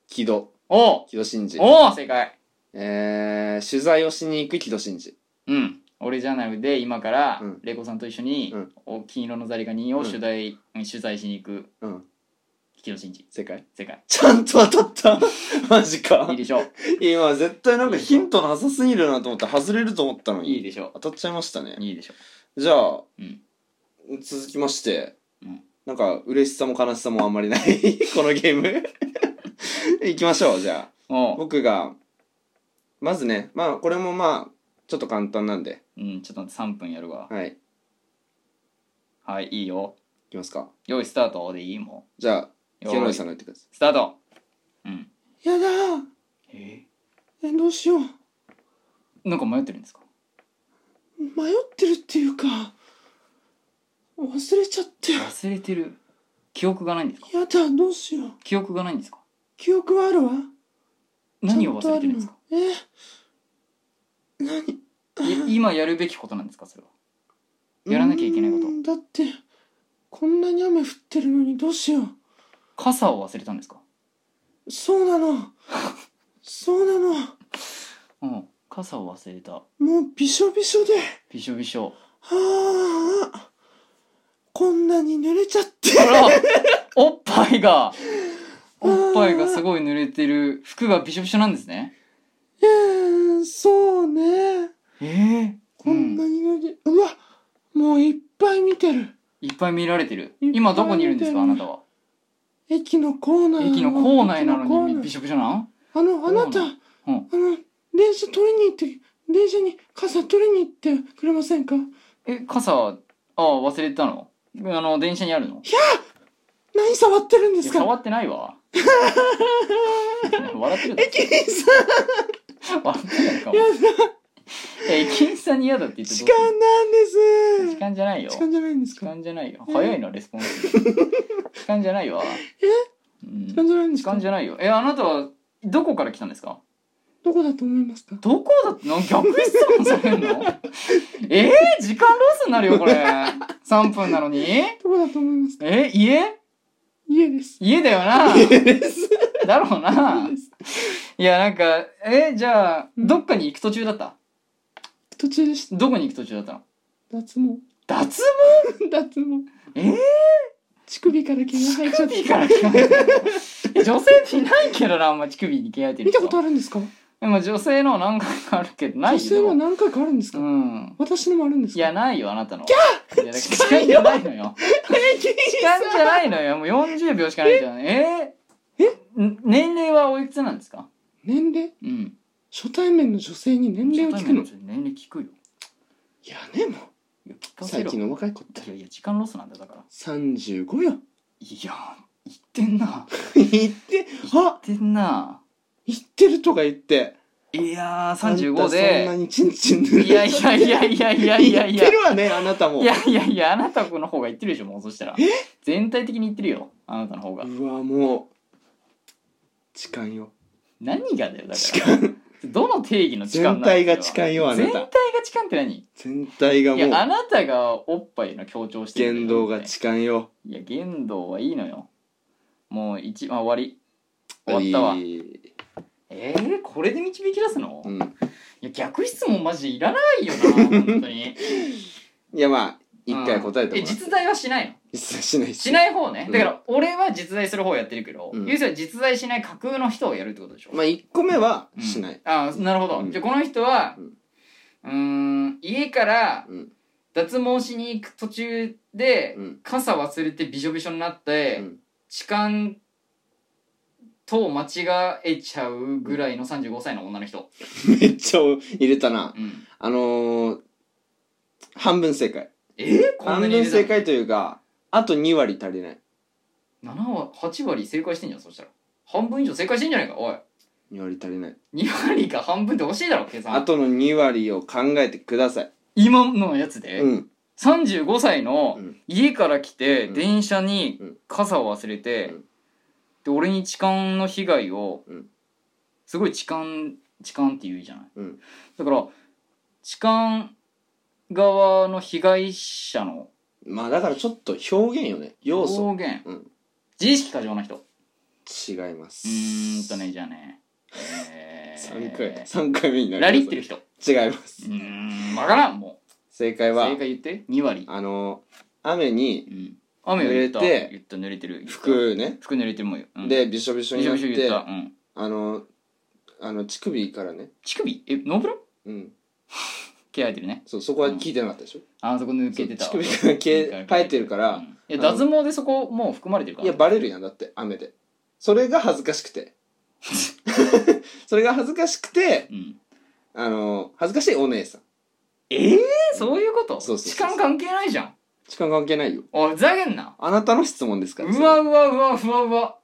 木戸」
おお
木戸真治
おお正解
えー、取材をしに行く木戸真治
うん俺じゃなくて今から
うん
玲子さんと一緒に
うん
お金色のザリガニを取材、うん取材しに行く
うん
木戸真治
正解
正解
ちゃんと当た ったマジか
いいでし ょう
今絶対なんかヒントなさすぎるなと思って外れると思ったのに
いいでしょ
当たっちゃいましたね
ういいでしょ
じゃあ
ううん
続きまして、
うん
なんか嬉しさも悲しさもあんまりない このゲームいきましょうじゃあ
おう
僕がまずねまあこれもまあちょっと簡単なんで
うんちょっと待って3分やるわ
はいい
はいいいよ
きますか
用意スタートでいいも
じゃあ
よーい
清則さんの言ってくださ
うスタートうん
いやだー
え
えどうしよう
なんか迷ってるんですか
迷ってるっていうか忘れちゃって
忘れてる記憶がないんですか
やだどうしよう
記憶がないんですか
記憶はあるわ
何を忘れてるんですか
え何
い今やるべきことなんですかそれはやらなきゃいけないこと
うーんだってこんなに雨降ってるのにどうしよ
傘を忘れたんですか
うそうなのそうなの
うん傘を忘れた
もうびしょびしょで
びしょびしょ
はあこんなに濡れちゃって
あらおっぱいがおっぱいがすごい濡れてる服がびしょびしょなんですね
いやーそうね
ええ
こんなに濡れて、うわもういっぱい見てる
いっぱい見られてる
いっぱい
今どこにいるんですかあ
見
な
て
た
る
は
駅の構内
駅の構内な
駅構
のにびしょびしょなん
あのあな
構
た、
うん
あの電車取りに行って電車に傘取りに行ってくれませんか
え傘ああ忘れてたのあの電車にあるの
何触ってるんで
い
す
や
か
触ってない わ笑ってるだ
駅員
ろ
さ
笑ってないか
ん
も
や
え駅員さんに嫌だって言
だ
って
時
どう
間
する
なんです
時間じゃないよ
時間じゃないんです
時
か
間じゃないよ
え
早いなレスポン ス時間じゃないわうん
時間じゃないんで
時
すか
間じゃないよえあなたはどこから来たんですか
どこだと思いますか
どこだってな逆質問されん のえー、時間ロスになるよこれ3分なのに
どこだと思いますか
え家
家です
家だよな
家です
だろうな
家です
いやなんかえじゃあどっかに行く途中だった
途中でし
どこに行く途中だったの
た脱毛
脱
脱毛
毛えー
乳首から毛が生えちゃ
乳
って
首から毛生えてる女性っていないけどなあんま乳首に毛生えてる
見たこと
あ
あるんですか
でも女性の何回かあるけどない
女
よ
性は
でも
何回かあるんですか、
うん
私のもあるんですか
いやないよあなたのキャー時間じゃないのよ
駅員
時間じゃないのよもう40秒しかないじゃんえー、えん年齢はおいくつなんですか
年齢
うん
初対面の女性に年齢を聞くのい
初対面の女性年齢聞くよ
やねも
いや聞
う
かせ
最
ろ
近
い
の若い子って
やいや時間ロスなんだだから
35よ
いや言ってんな
言ってあ
言ってんな
言ってるとか言って
いや
あん
ー
た
35
そんな
で
にチンチン濡れ
い
ちゃ
や
っ
い
て
やいやいやいやいやい
言
や
ってるわねあなたも
いやいやいやあなたの方が言ってるでしょもうそしたら全体的に言ってるよあなたの方が
うわもう痴漢よ
何がだよだ
痴
から
漢
どの定義の痴漢
全体が痴
い
漢よあな
全体
た
が痴漢って何
全体が
い
もう
やあなたがおっぱいの強調してるけど
言動が痴漢よ
いや言動はいいのよもう一あ終わり終わったわ
い
えー、これで導き出すの、
う
い
ん
や逆質問マジでいらないよな本当に
いやまあ 一回答
う
え
んえ
てもらっ
実在はしないの
てしない
しない方ね
うん
だから俺は実在する方やってるけど、
うん
ユースは実在しない架空の人をやるってことでしょ、
まあ一個目は
うん
しない、
あーなるほど、
うん
じゃあこの人は
うん
うーん家から
うん
脱毛しに行く途中で、
うん
傘忘れてびしょびしょになっ
う
て、
ん
痴漢と間違えちゃうぐらいの35歳の女の人、
めっちゃ入れたな
うん、
あのー、半分正解
えー、こん
半
なに入
分
れたの
正解というかあと2割足りない
7割8割正解してんじゃんそしたら半分以上正解してんじゃないかおい
2割足りない
2割か半分って惜しいだろ計算
あとの2割を考えてください
今のやつで、
うん
35歳の
うん
家から来て
うん
電車に
うん
傘を忘れて、
うん
で俺に痴漢の被害を、
うん
すごい痴漢痴漢って言うじゃない、
うん
だから痴漢側の被害者の
まあだからちょっと表現よね要素
表現、
うん
自意識過剰な人う
違います
ーんとねじゃあ ね、えー
3回三回目になりま
ラ
す
リってる人う
違います
ーん分からんも
正解
う
は
正解言って2割
あの雨に
うん雨を言った
濡れて
言った濡れてる言った
服ね
服濡れてるもんよ、うん、
でびしょびしょ
び
に
しょ
なっ
びしょ言
て
った、うん、
あのあの乳首からね
乳首えノーブラ
うん
毛生えてるね
そうそこは聞いてなかったでしょ
あそこ抜けてた
そう乳首が毛生えてるから
うんいや脱毛でそこもう含まれてるから
いやバレるやんだって雨でそれが恥ずかしくて それが恥ずかしくて
うん、
あの恥ずかしいお姉さん
ええそういうこと
そうそうそう
痴漢関係ないじゃん
時間関係ないよ
おいふざけんな
あなたの質問ですから
うわうわうわうわうわ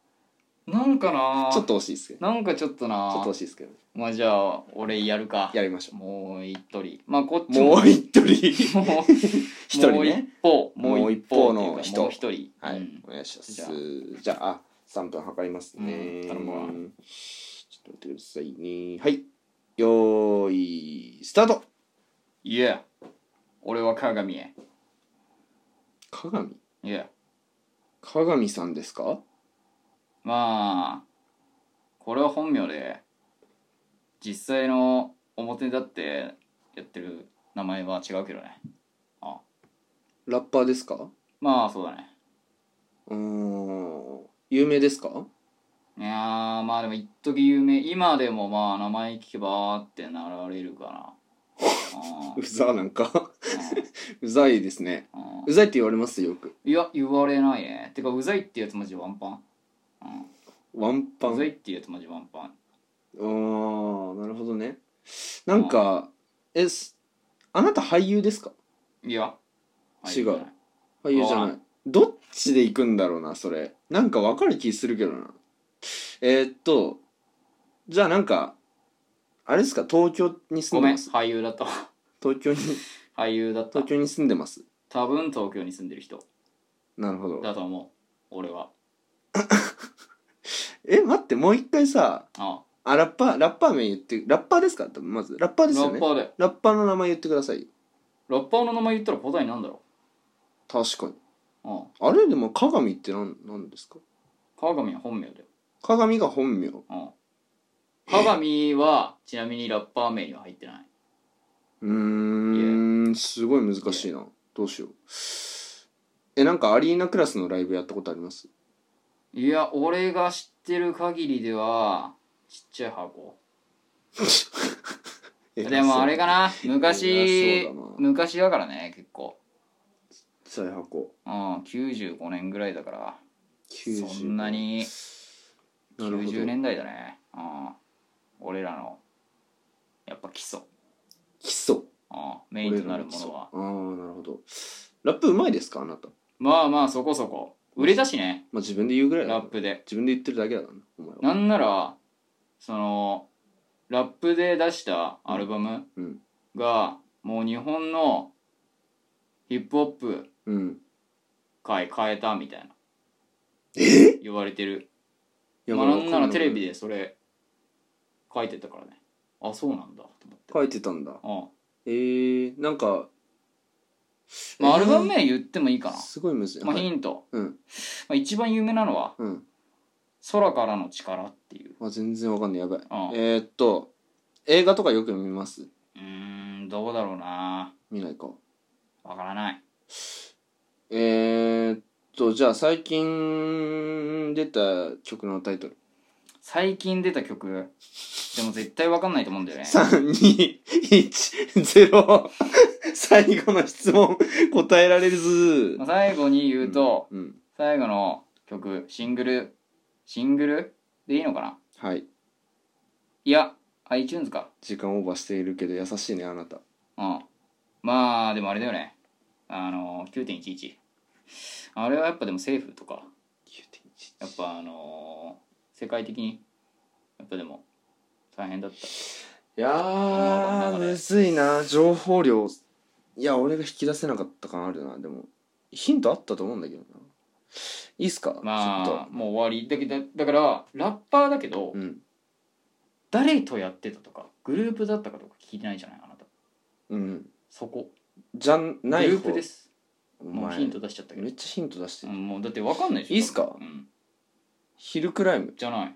なんかな
ちょっと惜しいですけど
なんかちょっとな
ちょっと惜しいですけどね
まあじゃあ俺やるか
やりましょ
もう一人まあこっ
う
ち
もう 一人
もう
一人ね
もう一方
もう一方の人
もう一人
はい、
うん
お願いします
じゃ
じゃああ3分計りますね、
うん頼むわ
ちょっと待ってくださいねはいよーいスタート
いや俺は鏡へ
鏡
いや
鏡さんですか
まあこれは本名で実際の表立ってやってる名前は違うけどね
ラッパーですか
まあそうだね
うーん有名ですか
いやーまあでも一時有名今でもまあ名前聞けばーってなられるかなあ
う
ー
ざなんか
あ
うざいですね
ーあー
うざいって言われますよく
いや言われないねてかうざいってやつマジワンパン、
ワン
う
パ
ん、
ン
うざいってやつマジワンパン
あーなるほどねなんかえすあなた俳優ですか
いや
違う俳優じゃな
あ
いどっちで行くんだろうなそれなんか分かる気するけどなえー、っとじゃあなんかあれですか東京に住
ご
んで
めん
ます
俳優だった
東京に
俳優だった
東京に住んでます
多分東京に住んでる人
なるほど
だと思う俺は
え待ってもう一回さ
あ
あラッパーラッパー名言ってラッパーですかまずラッパー
ラ
ですよ
ッ
ね
パーで
ラッパーの名前言ってくださいよ
ラッパーの名前言ったら答えになんだろ
確かに
うあ
あれでも鏡ってなんなんですか
川上は本名だよ
鏡が本名
あ川上はちなみにラッパー名には入ってないう
ーんすごい難しいなどうしようえなんかアリーナクラスのライブやったことあります
いや俺が知ってる限りではちっちゃい箱でもあれかな昔
偉そうだな
昔だからね結構
再箱
うん95年ぐらいだから
90
そんなに
なるほど
90年代だねうん俺らのやっぱ基礎
基礎
うんメインとなるものは
俺らの基礎ああなるほどラップうまいですかあなた
まあまあそこそこ売れたしね
まあ自分で言うぐらいだ
ラッ
な
プで
自分で言ってるだけだからなお前は
なんならそのラップで出したアルバム
うん
がもう日本のヒップホップ
うん
界変えたみたいな
え
言われてる
い
まあなんならテレビ
で
でそれ書いてたからねあそうなんだと思って
書いてたんだ
う
えー、なんか
んまあア
えー
ルバム名言ってもいいかな
すごいむずい、
まあ
はい
ヒント
うん
まあ一番有名なのは
うん
「空からの力」っていう
あ全然わかんないやばい
うん
えー、っと映画とかよく見ます
うーんどうだろうな
見ないか
わからない
えー、っとじゃあ最近出た曲のタイトル
最近出た曲でも絶対わかんないと思うんだよね
3210 最後の質問答えられず
まあ最後に言うと、
うんうん
最後の曲シングルシングルでいいのかな
はい
いや iTunes か
時間オーバーしているけど優しいねあなた
うんまあでもあれだよねあの9.11あれはやっぱでも政府とかやっぱあの世界的にやっぱでも大変だった
いや
あ
ー
ー
むずいな情報量いや俺が引き出せなかった感あるなでもヒントあったと思うんだけどないいっすかちょ
まあ
っ
もう終わりだけどだからラッパーだけど、
とうん
誰とやってたとかグループだったかとか聞いてないじゃないあなた
うん
そこ
じゃん
グ
ない
ルー
方
プです
お
もう
前
ヒント出しちゃったけど
め、っちゃヒント出して
う
る、
んもうだって分かんないでしょ
いいっすか
うん、
ヒルクライム
じゃない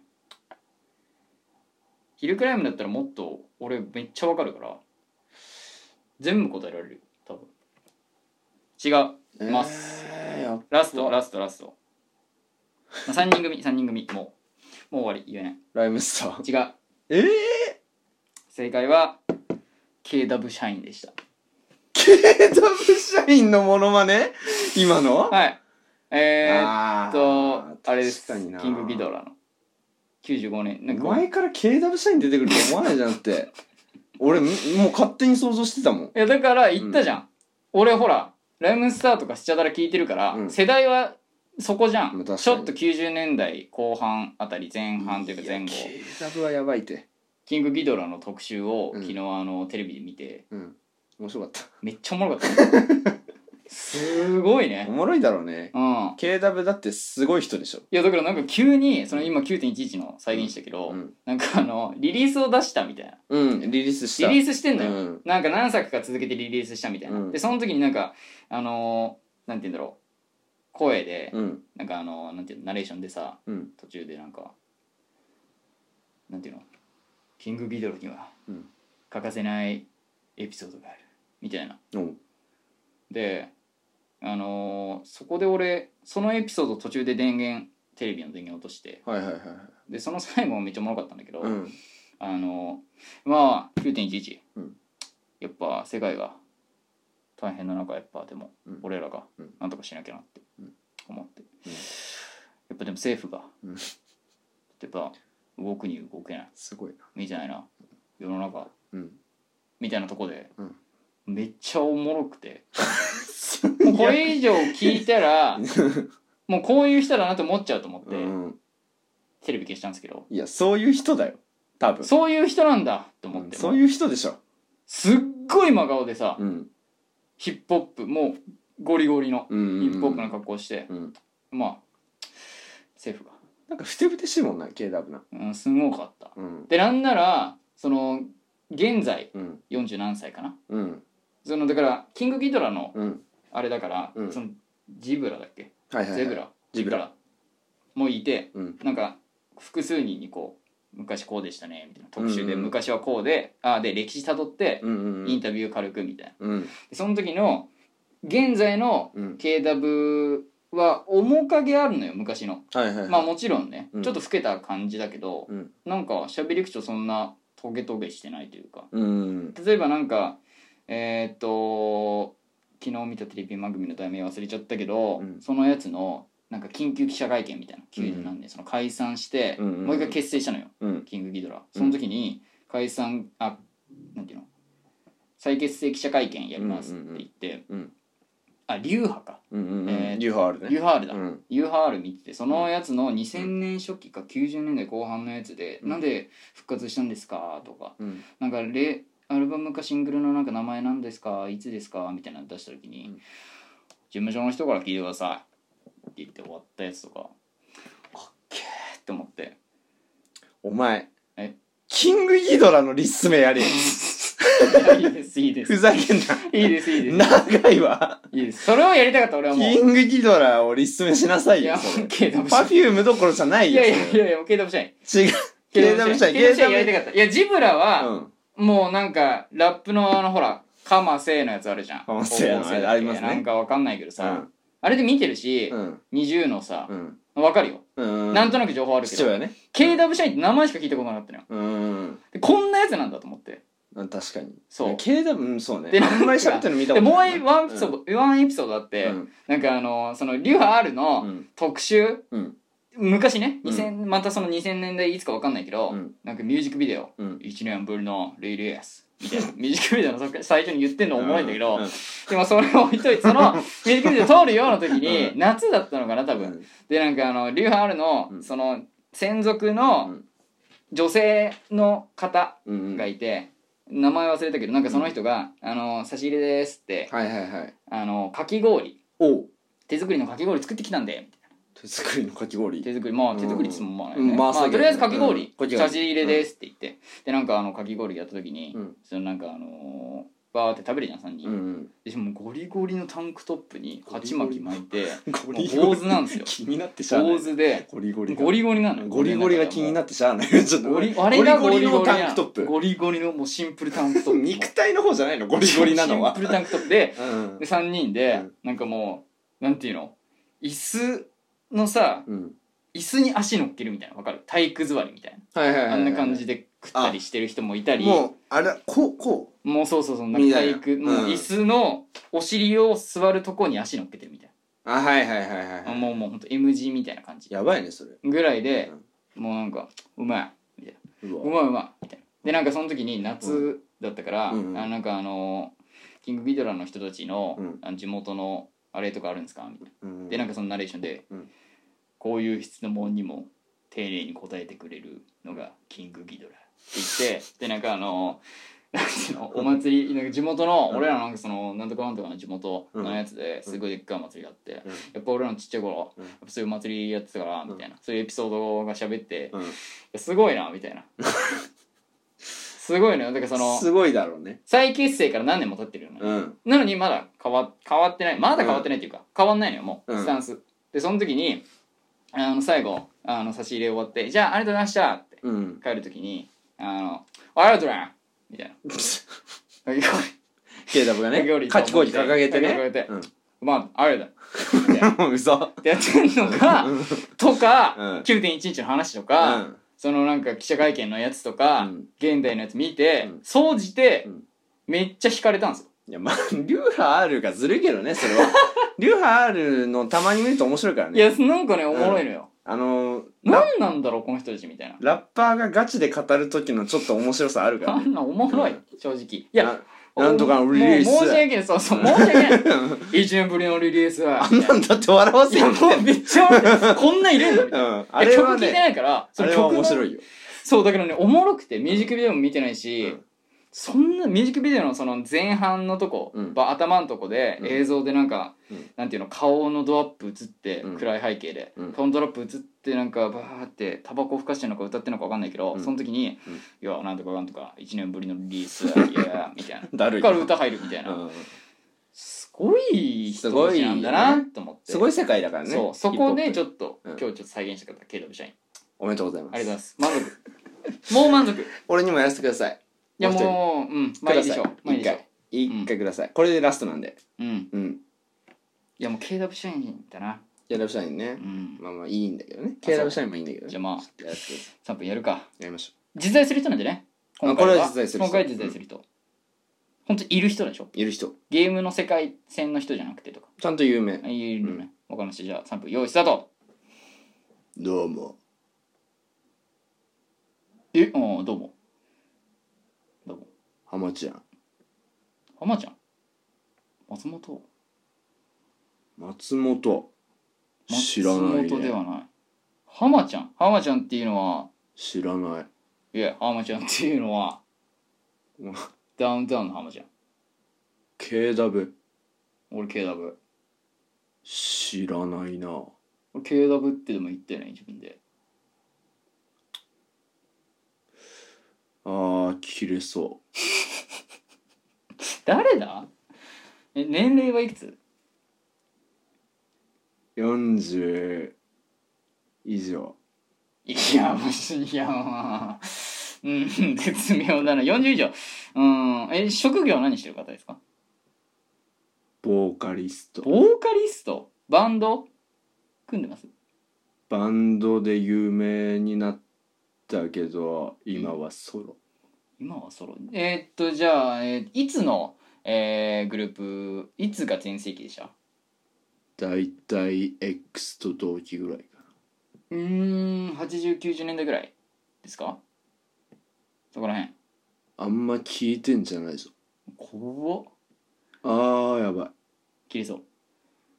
ヒルクライムだったらもっと俺めっちゃ分かるから全部答えられるよ多分違うます
えーやっ
ラストラストラスト3人組3人組もうもう終わり言えない
ライムスター
違う
えー、
正解は KW 社員でした
KW 社員のモノマネ今の
はいえー、
あ
えっと
ー
あれです
確かにな
キングギドラの95年なんかこう
前から KW 社員出てくると思わないじゃなくて俺もう勝手に想像してたもん
いやだから言ったじゃん、俺ほらライムスターとかスチャダラ聞いてるから、
うん
世代はそこじゃ
まあ
ん
確かに
ちょっと90年代後半あたり前半というか前後
いや KW はやばいって
キングギドラの特集を
うん
昨日あのテレビで見て
うん面白かった
めっちゃおもろかったね すごい
お
ね
もろいだろうね
うん
KW だってすごい人でしょ
いやだからなんか急にその今9.11の再現したけど、
うん
なんかあのリリースを出したみたいな
うんリリースした
リリースしてんのよ、
うん
なんか何作か続けてリリースしたみたいな、
うん
でその時になんかあのー、なんて言うんだろう声で、
うん
なんかあのー、なんていうのナレーションでさ
うん
途中でなんかなんていうのキングギドラには
うん
欠かせないエピソードがあるみたいな
おう
であのー、そこで俺そのエピソード途中で電源テレビの電源落として
はいはいはい
でその最後もめっちゃおもろかったんだけど、
うん
あのまあ9.11、
うん
やっぱ世界が大変な中やっぱでも
うん
俺らが
うん
なんとかしなきゃなって
うん
思って、
うん
やっぱでも政府が、
うん
やっぱ動くに動けない
すごいな
みたいな世の中
うん
みたいなとこで、
うん
めっちゃおもろくてもうこれ以上聞いた らもうこういう人だなと思っちゃうと思って、
うん
テレビ消したんですけど
いやそういう人だよ多分
そういう人なんだと思っ
うん
て、
そういう人でしょ
すっごい真顔でさ、
うん
ヒップホップもうゴリゴリの
うんうん
ヒ
う
ッ
ん
プホップの格好をして、
うん
まあ政府
なんかふてぶてしいもんな KW な
が、うん、すごかった
うん
でなんならその現在
うん
40何歳かな
うん
そのだからキングギドラの
うん
あれだから、
うん
そのジブラだっけ、
はいはいはい
ゼブラ
ジブラ
もいて
うん
なんか複数人にこう昔こうでしたねみたいな特集で、
うんうん
昔はこうであで歴史たどって、
うんうんう
イン
ん
タビュー軽くみたいな
うん
でその時の現在の
うん
KW は面影あるのよ昔の
はいはいはい
まあもちろんね、
うん
ちょっと老けた感じだけど、
うん
なんか喋り口調そんなトゲトゲしてないというか
うん
例えばなんかえーっと昨日見たテレビ番組の題名忘れちゃったけど、
うん
そのやつのなんか緊急記者会見みたいな90何年、その解散して、
うんうんうん
もう一回結成したのよ
うん
キングギドラその時に解散あなんていうの再結成記者会見やりますって言って、
うん
あ流派か
うんうんうん
えー
流派あるね
ユハールだ、
うん
UR 見ててそのやつの2000年初期か90年代後半のやつで「
うん
なんで復活したんですか?」とか
うん
「なんかレアルバムかシングルのなんか名前なんですかいつですか?」みたいなの出した時に、
うん
事務所の人から聞いてください」って言って終わったやつとか「かっけーって思 って
お前
え
キングギドラのリスメや れ
いいですいいです
ふ
い
ざけん
いですいいです
な長いわ
いいですそれをやりたかった俺はも
キ
う
ングギドラをリスメしなさい
いや
よ
も
それ
う KW
パフュームどころじゃない
い
よ
や
そ
い
れ
やいやいやもう KW 社員
違う KW 社員
KW 社員やりたかったいやジブラは、
うん
もうなんかラップのあのほらかませのやつあるじゃん
かませの
高校生だっけ
ありますね
なんかわかんないけど
う
さ、
ん
あれで見てるし、
うん
20のさ
う、ん
わかるよ、
うん
なんとなく情報あるけ
父
ど
親ね
KW 社員って名前しか聞いたことなかったのよ
うん
でこんなやつなんだと思って
うん確かに
そう
KW うんそうね
で
あんまり喋ってるの見たこ
で
と
もう
ない
ワンエピソード、ワンエピソードあって、
うん
なんかあのそのリュハ R
う
の
ん
特集、
うん
昔ね
うん
2000、またその2000年代いつかわかんないけど、
うん
なんかミュージックビデオ
うん
1年ぶりのリリースみたいなミュージックビデオの最初に言ってんの思うんだけど、
ううん
でもそれを置いといてそ のミュージックビデオ通るような時に、
う
夏だったのかな多分、
うん
でなんかあのリュウハールの、
うん
その専属
う
の
ん
女性の方
うんうん
が
はい
いて、名前忘れたけどなんかその人が「あの差し入れです」って、
はいはい
あのかき氷
おう
手作りのかき氷作ってきたんでみたい
手作りのかき氷
な手作りまあ
うん
手作りっつってもまあ、ね
うんまあ
まあ
そうだよね
とりあえずかき
うん
氷、
かき氷
差し入れですって言って、でなんかあのかき氷やった時に、
うん
そのなんかあのーバーって食べるじゃん3人、
うんうん
でしかもゴリゴリのタンクトップに鉢巻き巻いて
ゴ
もう坊主なんですよ
気になってしゃあない
坊主で
ゴリゴリ
ゴリゴリなのよ
ゴリゴリが気になってしゃあない ちょっと
ゴリあれがゴリゴリ
ゴリゴリの
な
タンクトップ
ゴリゴリのもうシンプルタンクトップ
肉体の方じゃないのゴリゴリなのは
シンプルタンクトップで
うん
で3人で、
うん
なんかもうなんていうの椅子のさ
うん
椅子に足乗っけるみたいなわかる体育座りみたいな
はいはいはいはい
あんな感じで食ったりしてる人もいたり
もうあれこうこ
もうそうそうそうなん
み
か
たい
体育
なうん
もう椅子のお尻を座るとこに足乗っけてるみたいう
あはいはいはいはい
な、
はい
もうもうほんと M 字みたいな感じ
やばいねそれ
ぐらいで、もうなんかうまいうう
わ
まいうまいみたいなでなんかその時に夏だったから、
うんうん
あなんかあのキングギドラの人たちの,、
うん
あの地元のあれとかあるんですかみたいな、
うん
でなんかそのナレーションで、
うん
こういう質問にも丁寧に答えてくれるのがキングギドラって言ってでなんかあのなんていうのお祭りなんか地元の、
うん
俺らのなんかそのなんとかなんとかの地元のやつで
うん
すごいでっかい祭りがあって、
うん
やっぱ俺らのちっちゃい頃、
うん
やっぱそういう祭りやってたからみたいな、そういうエピソードが喋って、
うん
すごいなみたい なすごいのよだからその
すごいだろうね
再結成から何年も経ってるよね、
うん
なのにまだ変わ変わってないまだ変わってないっていうか、変わんないのよもう
うん
スタンス、でその時にあの最後あの差し入れ終わって「じゃあありがとうございました」って
うん
帰る時に「あのおいありがとうな」みたいな かき氷
ケイダブがね
かき氷
かき氷掲げ
か
て
き
ね
氷掲げて
うん
「まあありがとう」みたいなっ
もう 嘘
てやってんのがとか、
うん
9.11の話とか、
うん
そのなんか記者会見のやつとか、
うん
現代のやつ見て
うん
総じて、
うん
めっちゃ惹かれたんですよ
いやまあ流派あるがずるいけどねそれ は流派あるのたまに見ると面白いから
い
ね
やなんかねおもろいのよ、
あのラ
なん、なんだろうこの人たちみたいな
ラッパーがガチで語る時のちょっと面白さあるか
あ
らね
んなおもろい、
うん
正直いや
ななんとかのリリース
もう申し訳ないそうそう申し訳ない1 年ぶりのリリースは
あんなんだって笑わ
い
せ
や
よう
もうめっちゃおもろいこんなん入れんのみたいな
うん
い
あ
や
れ
曲聴
はい
て
ね
ないから
あ
の
れ
曲
は
の
面白いよ
そうだけどねおもろくてミュージックビデオも見てないし、
うん
そんなミュージックビデオのその前半のとこ、
うん
ば頭のとこで
うん
映像でなんか、
うん
なんていうの顔のドアップ映って、
うん
暗い背景で、
うん
顔のドアップ映ってなんかバーってタバコふかしてるのか歌ってるのか分かんないけど、
うん
その時に
うん
「いやなんとかなんとか1年ぶりのリリ ースいやいや」みたいな。
だるい
から歌入るみたいな、
うん
すごい人たちなんだなと思って
すごい世界だからね
そうそこでち
ょっと
ょっと、
う
今
ん
日ちょっと再現したかったケイドブ社員
おめでとうござい
あ
ま
り
す
がとうございます満足もう満 足
俺にもやらせてください
いや
もう一人
もう、うん、
くだ
まあいい
さい
でしょう。まあいい
一
でしょ
回一回くださいこれでラストなんで
う。うん。
うん
いやもう KW 社員だな。
ケイダブ社員ね
うん。
まあまあいいんだけどね
あ
ケイダブ社員もいいんだけどね
じゃあまあ
ちょっとやらせてください
3分やるか。
やりましょ
実在する人なんでね。
あ
今回
これは実在する人
今回は実在する人。本当いる人でしょ。
ういる人
ゲームの世界線の人じゃなくてとか。
ちゃんと有名
あいるね。わかりました。じゃあ3分用意スタート。
どうも
え、うん、どうも。どうも。
ハマちゃん
浜ちゃん。松本。
松本知らない
松本で
ね
はない。浜ちゃん。浜ちゃんっていうのは、
知らない
いや、浜ちゃんっていうのは、
うん
ダウンタウンの浜ちゃん。
ケイダブ
俺 KW。
知らないな
KW ってでも言ったよね自分で
あー切れそ
誰だえ年齢はいくつ
う40以上
いやもういやまあうん、 絶妙だな。40以上。うん。え、職業何してる方ですか
ボーカリスト
ボーカリストバンド組んでます
バンドで有名になったけど今はソロ
今はソロ。えーっと、じゃあ、えーいつの、えーグループ、いつが全盛期でした
だいたい X と同期ぐらいか
うーん、80、90年代ぐらいですかそこら辺。
なあんま聞いてんじゃないぞ
怖っ。
あーやばい
切れそう。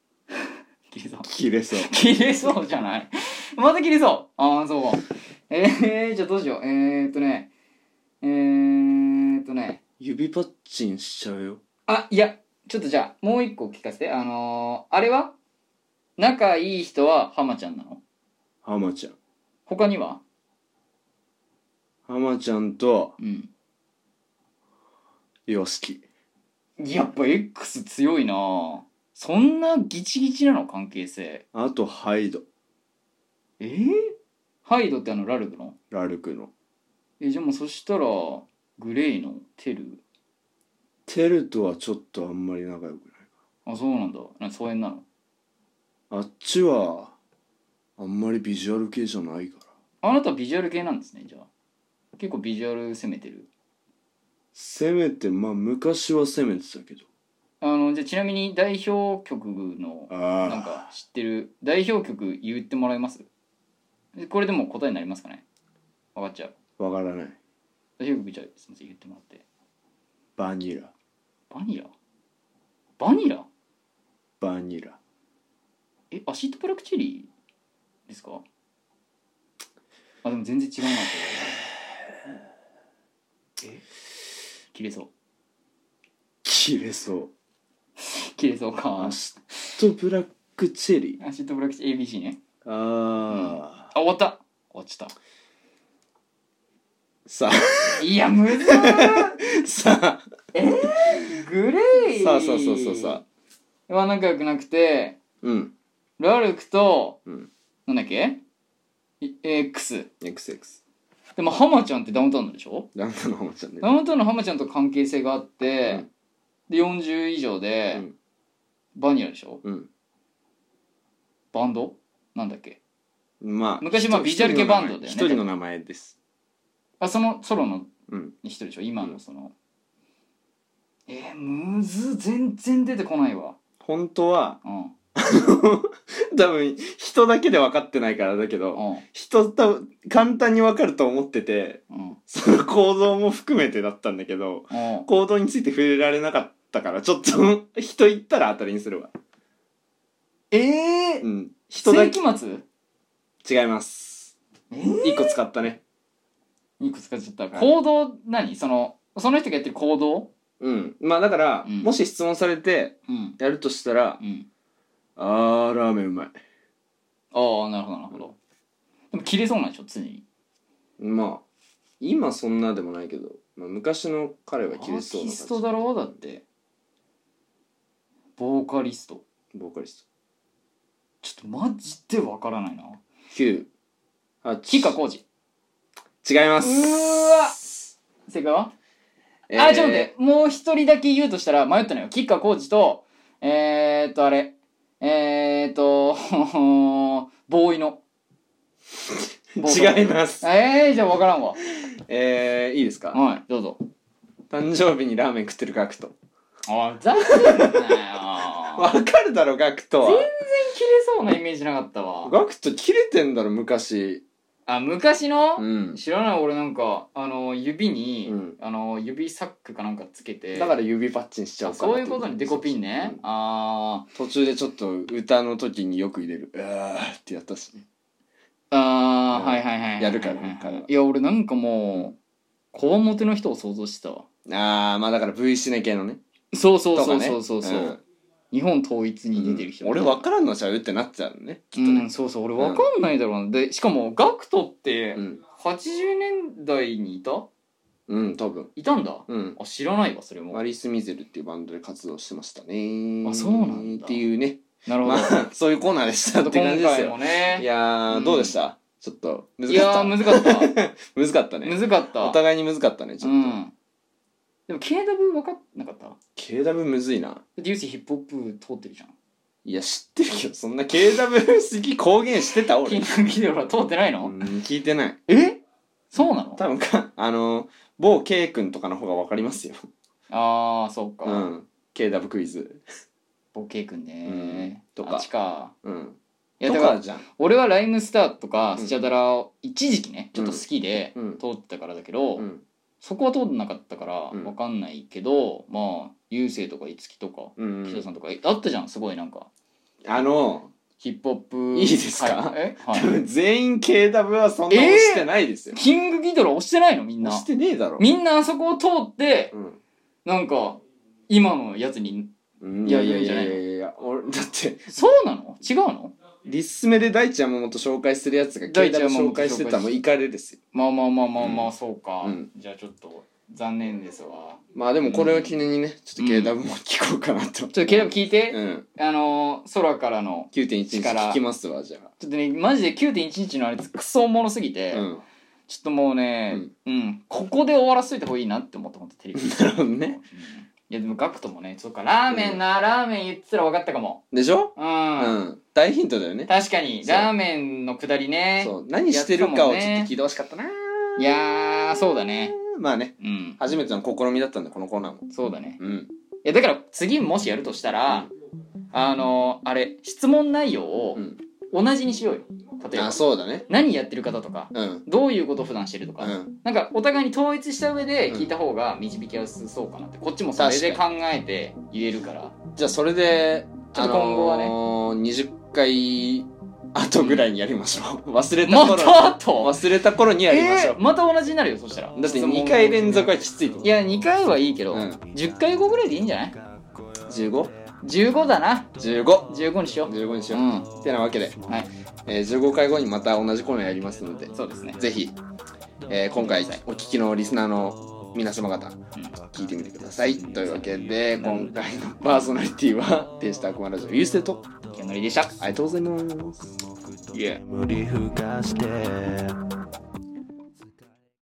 切れそう。
切れそう
切れそうじゃないまた切れそうああそうえー、じゃあどうしようえー、っとねえー、っとね
指パッチンしちゃうよ
あいやちょっとじゃあもう一個聞かせてあのー、あれは仲いい人はハマちゃんなの
ハマちゃん
他には
ハマちゃんと
うん
ヨシキ
やっぱ X 強いなぁそんなギチギチなの関係性
あとハイド
えー、ハイドってあのラルクの
ラルクの
えじゃあもうそしたらグレイのテル
テルとはちょっとあんまり仲良く
あそうなんだなんか疎遠なの
ないあっちはあんまりビジュアル系じゃないから
あなたビジュアル系なんですねじゃあ結構ビジュアル攻めてる
せめてまあ昔は攻めてたけど
あのじゃあちなみに代表曲の
あ
なんか知ってる代表曲言ってもらえますこれでも答えになりますかね分かっちゃう
わからない
代表曲じゃあすみません言ってもらって
バニラ
バニラバニラ
バニラ
えアシッドブラックチェリーですかあでも全然違うなこれえ切れそう
切れそう
切れそうか
ア
アシ
シットブラックチェリー
ッドブラックチェリー ABC ね
あー、
あ終わった終わっちゃっ
さ
たいやむずー
あさあ
グレイ
さあさあさあさあさあ
は仲良くなくて
うん
ラルクと、
うん
なんだっけい X
XX
でもハマちゃんってダウンタウンのでしょ
ランダのハマちゃんね
ダウンタウンのハマちゃんと関係性があって、で40以上で、
うん
バニラでしょ
うん
バンドなんだっけ
まあ
昔まあ
一人
ビジュアル系バンドだよね
一人の名前です
あそのソロの
うん
人でしょ今のその、えー、むず全然出てこないわ
本当は
うん
多分人だけで分かってないからだけど
うん
人多分簡単に分かると思ってて
うん
その行動も含めてだったんだけど
うん
行動について触れられなかったからちょっと人言ったら当たりにするわ
ええ
うん人だ
世
け
紀末
違います
え
一個使ったね
いくつかちゃった
はい
行動何そのその人がやってる行動
うんまあだから、
うん
もし質問されて
うん
やるとしたら
うん
「あーラーメンうまい
ああなるほどなるほどでも切れそうなんでしょ常に」
まあ今そんなでもないけど、まあ、昔の彼
ア
はキレそう
ーティ
な感
ス
じ
トだろうだってボーカリスト
ボーカリス
ちょっとマジでわからないな
ト98
吉川浩司
違います
うーわ正解は、
えー
あちょっと待ってもう一人だけ言うとしたら迷ったのよ吉川浩司とえー、っとあれえー、っと ボーイの
違います
えー、じゃあ分からんわ
えー、いいですか、
はいどうぞ
誕生日にラーメン食ってるガクト
あざけんなよ全然
わかるだろガクトは
切れそうなイメージなかったわ
ガクト切れてんだろ昔
あ昔の、
うん
知らない俺なんかあの指に、
うん
あの指サックかなんかつけて
だから指パッチンしちゃうから
そういうことにデコピンね、
うん
あー
途中でちょっと歌の時によく入れる「うわー」ってやったしね
あー、
うん
はいはいはい
やるから
はいはいはい
彼はい
や俺なんかもうこわもての人を想像してたわ
あーまあだから V シネ系のね
そうそうそう
とかね
そうそうそう、
うん
日本統一に出てる人、
俺分からんのちゃうってなっちゃうのねきっと
う
ね
ん、そうそう俺わかんないだろうな、でしかもガクトって
うん
80年代にいた
うん多分
いたんだ
うん
あ知らないわそれも
マリス・ミゼルっていうバンドで活動してましたね
あそうなんだ
っていうね
なるほど、
まあそういうコーナーでし
ちょ
た
っ
っ
と
て感
今
じです
回
よ
もね
いやー、
うん
どうでしたちょっと難
いやー
かっ
難かった
た難かったね
難かった
お互いに難かったね
う
ちょっと
んでも KW 分かんなかっただ
KW むずいな
ってユースヒップホップ通ってるじゃん
いや知ってるけどそんな KW 好き公言してた
キ
俺
ングギドラ通ってないの、
うん聞いてない
えそうなの
多分かあの某 K 君とかの方が分かりますよ
ああそうか、
うん KW クイズ
ボケくんね、
うんとか
あっちか
うん
いや
と
だか
からじゃん
俺はライムスターとか
うん
スチャダラを一時期ねちょっと好きで
うん
通ってたからだけど、
うん
そこは通んなかったから
うん
分かんないけど、まあ雄星とか五木とか
うん
木田さんとか、えあったじゃんすごいなんか
あの
ヒップホップ
いいですか
はいえ、は
多
い、
分全員 KW はそんな
えー
押してないですよ
キングギドラ押してないのみんな
押してねえだろ
みんなあそこを通って
うん
なんか今のやつに
うん
いやいやいや
いやいや俺だって
そうなの違うの
リスメで大地山本紹介するやつが
大
KW
地山本
紹介してたらもうイカれですよ
まあまあまあまあまあ、そうか、
うん
じゃあちょっと残念ですわ
まあでもこれを記念にねちょっと KW も聞こうかなと
ちょっとケラ聞いて、
うん
あのー空からの
9.1聞きますわじゃあ
ちょっとねマジで9.11のあれクソおもろすぎて、
うん
ちょっともうねうん、ここで終わらせといた方がいいなって思ったほんと テレビ
なるほどね
うんいやでもガクトもねそうかラーメンな、ラーメン言ってたら分かったかも
でしょ
うん、
うん大ヒントだよね
確かに
そう
ラーメンのくだりね
そう何してるかをちょっと聞いてほしかったない
やーそうだね
まあね
うん
初めての試みだったんでこのコーナーも
そうだね
うん
いやだから次もしやるとしたら、あのーあれ質問内容を
うん
同じにしようよ例えば
あそうだね
何やってる方とか
うん
どういうことを普段してるとか、
うん
なんかお互いに統一した上で聞いた方が導きやすそうかなってこっちもそれで考えて言えるから
じゃあそれで
ちょっと今後はね
あのー20回後ぐらいにやりましょう忘れた
ま
頃
たあと
忘れた頃にやりましょ
え
う
ーまた同じになるよそしたら
だって2回連続はきつい
いや2回はいいけど、
うん
10回後ぐらいでいいんじゃない
15?15
15だな15にしよう
15にし
う
よう、
ん
ってなわけで、
はい
えー15回後にまた同じコーナーやりますので
そうですね
ぜひ、えー今回お聞きのリスナーの皆様方、聞いてみてください。というわけで、今回のパーソナリティは、天使と悪魔ラジオ、ゆうせいと、
キャノリでした
ありがとうございます。
Yeah
無理ふかして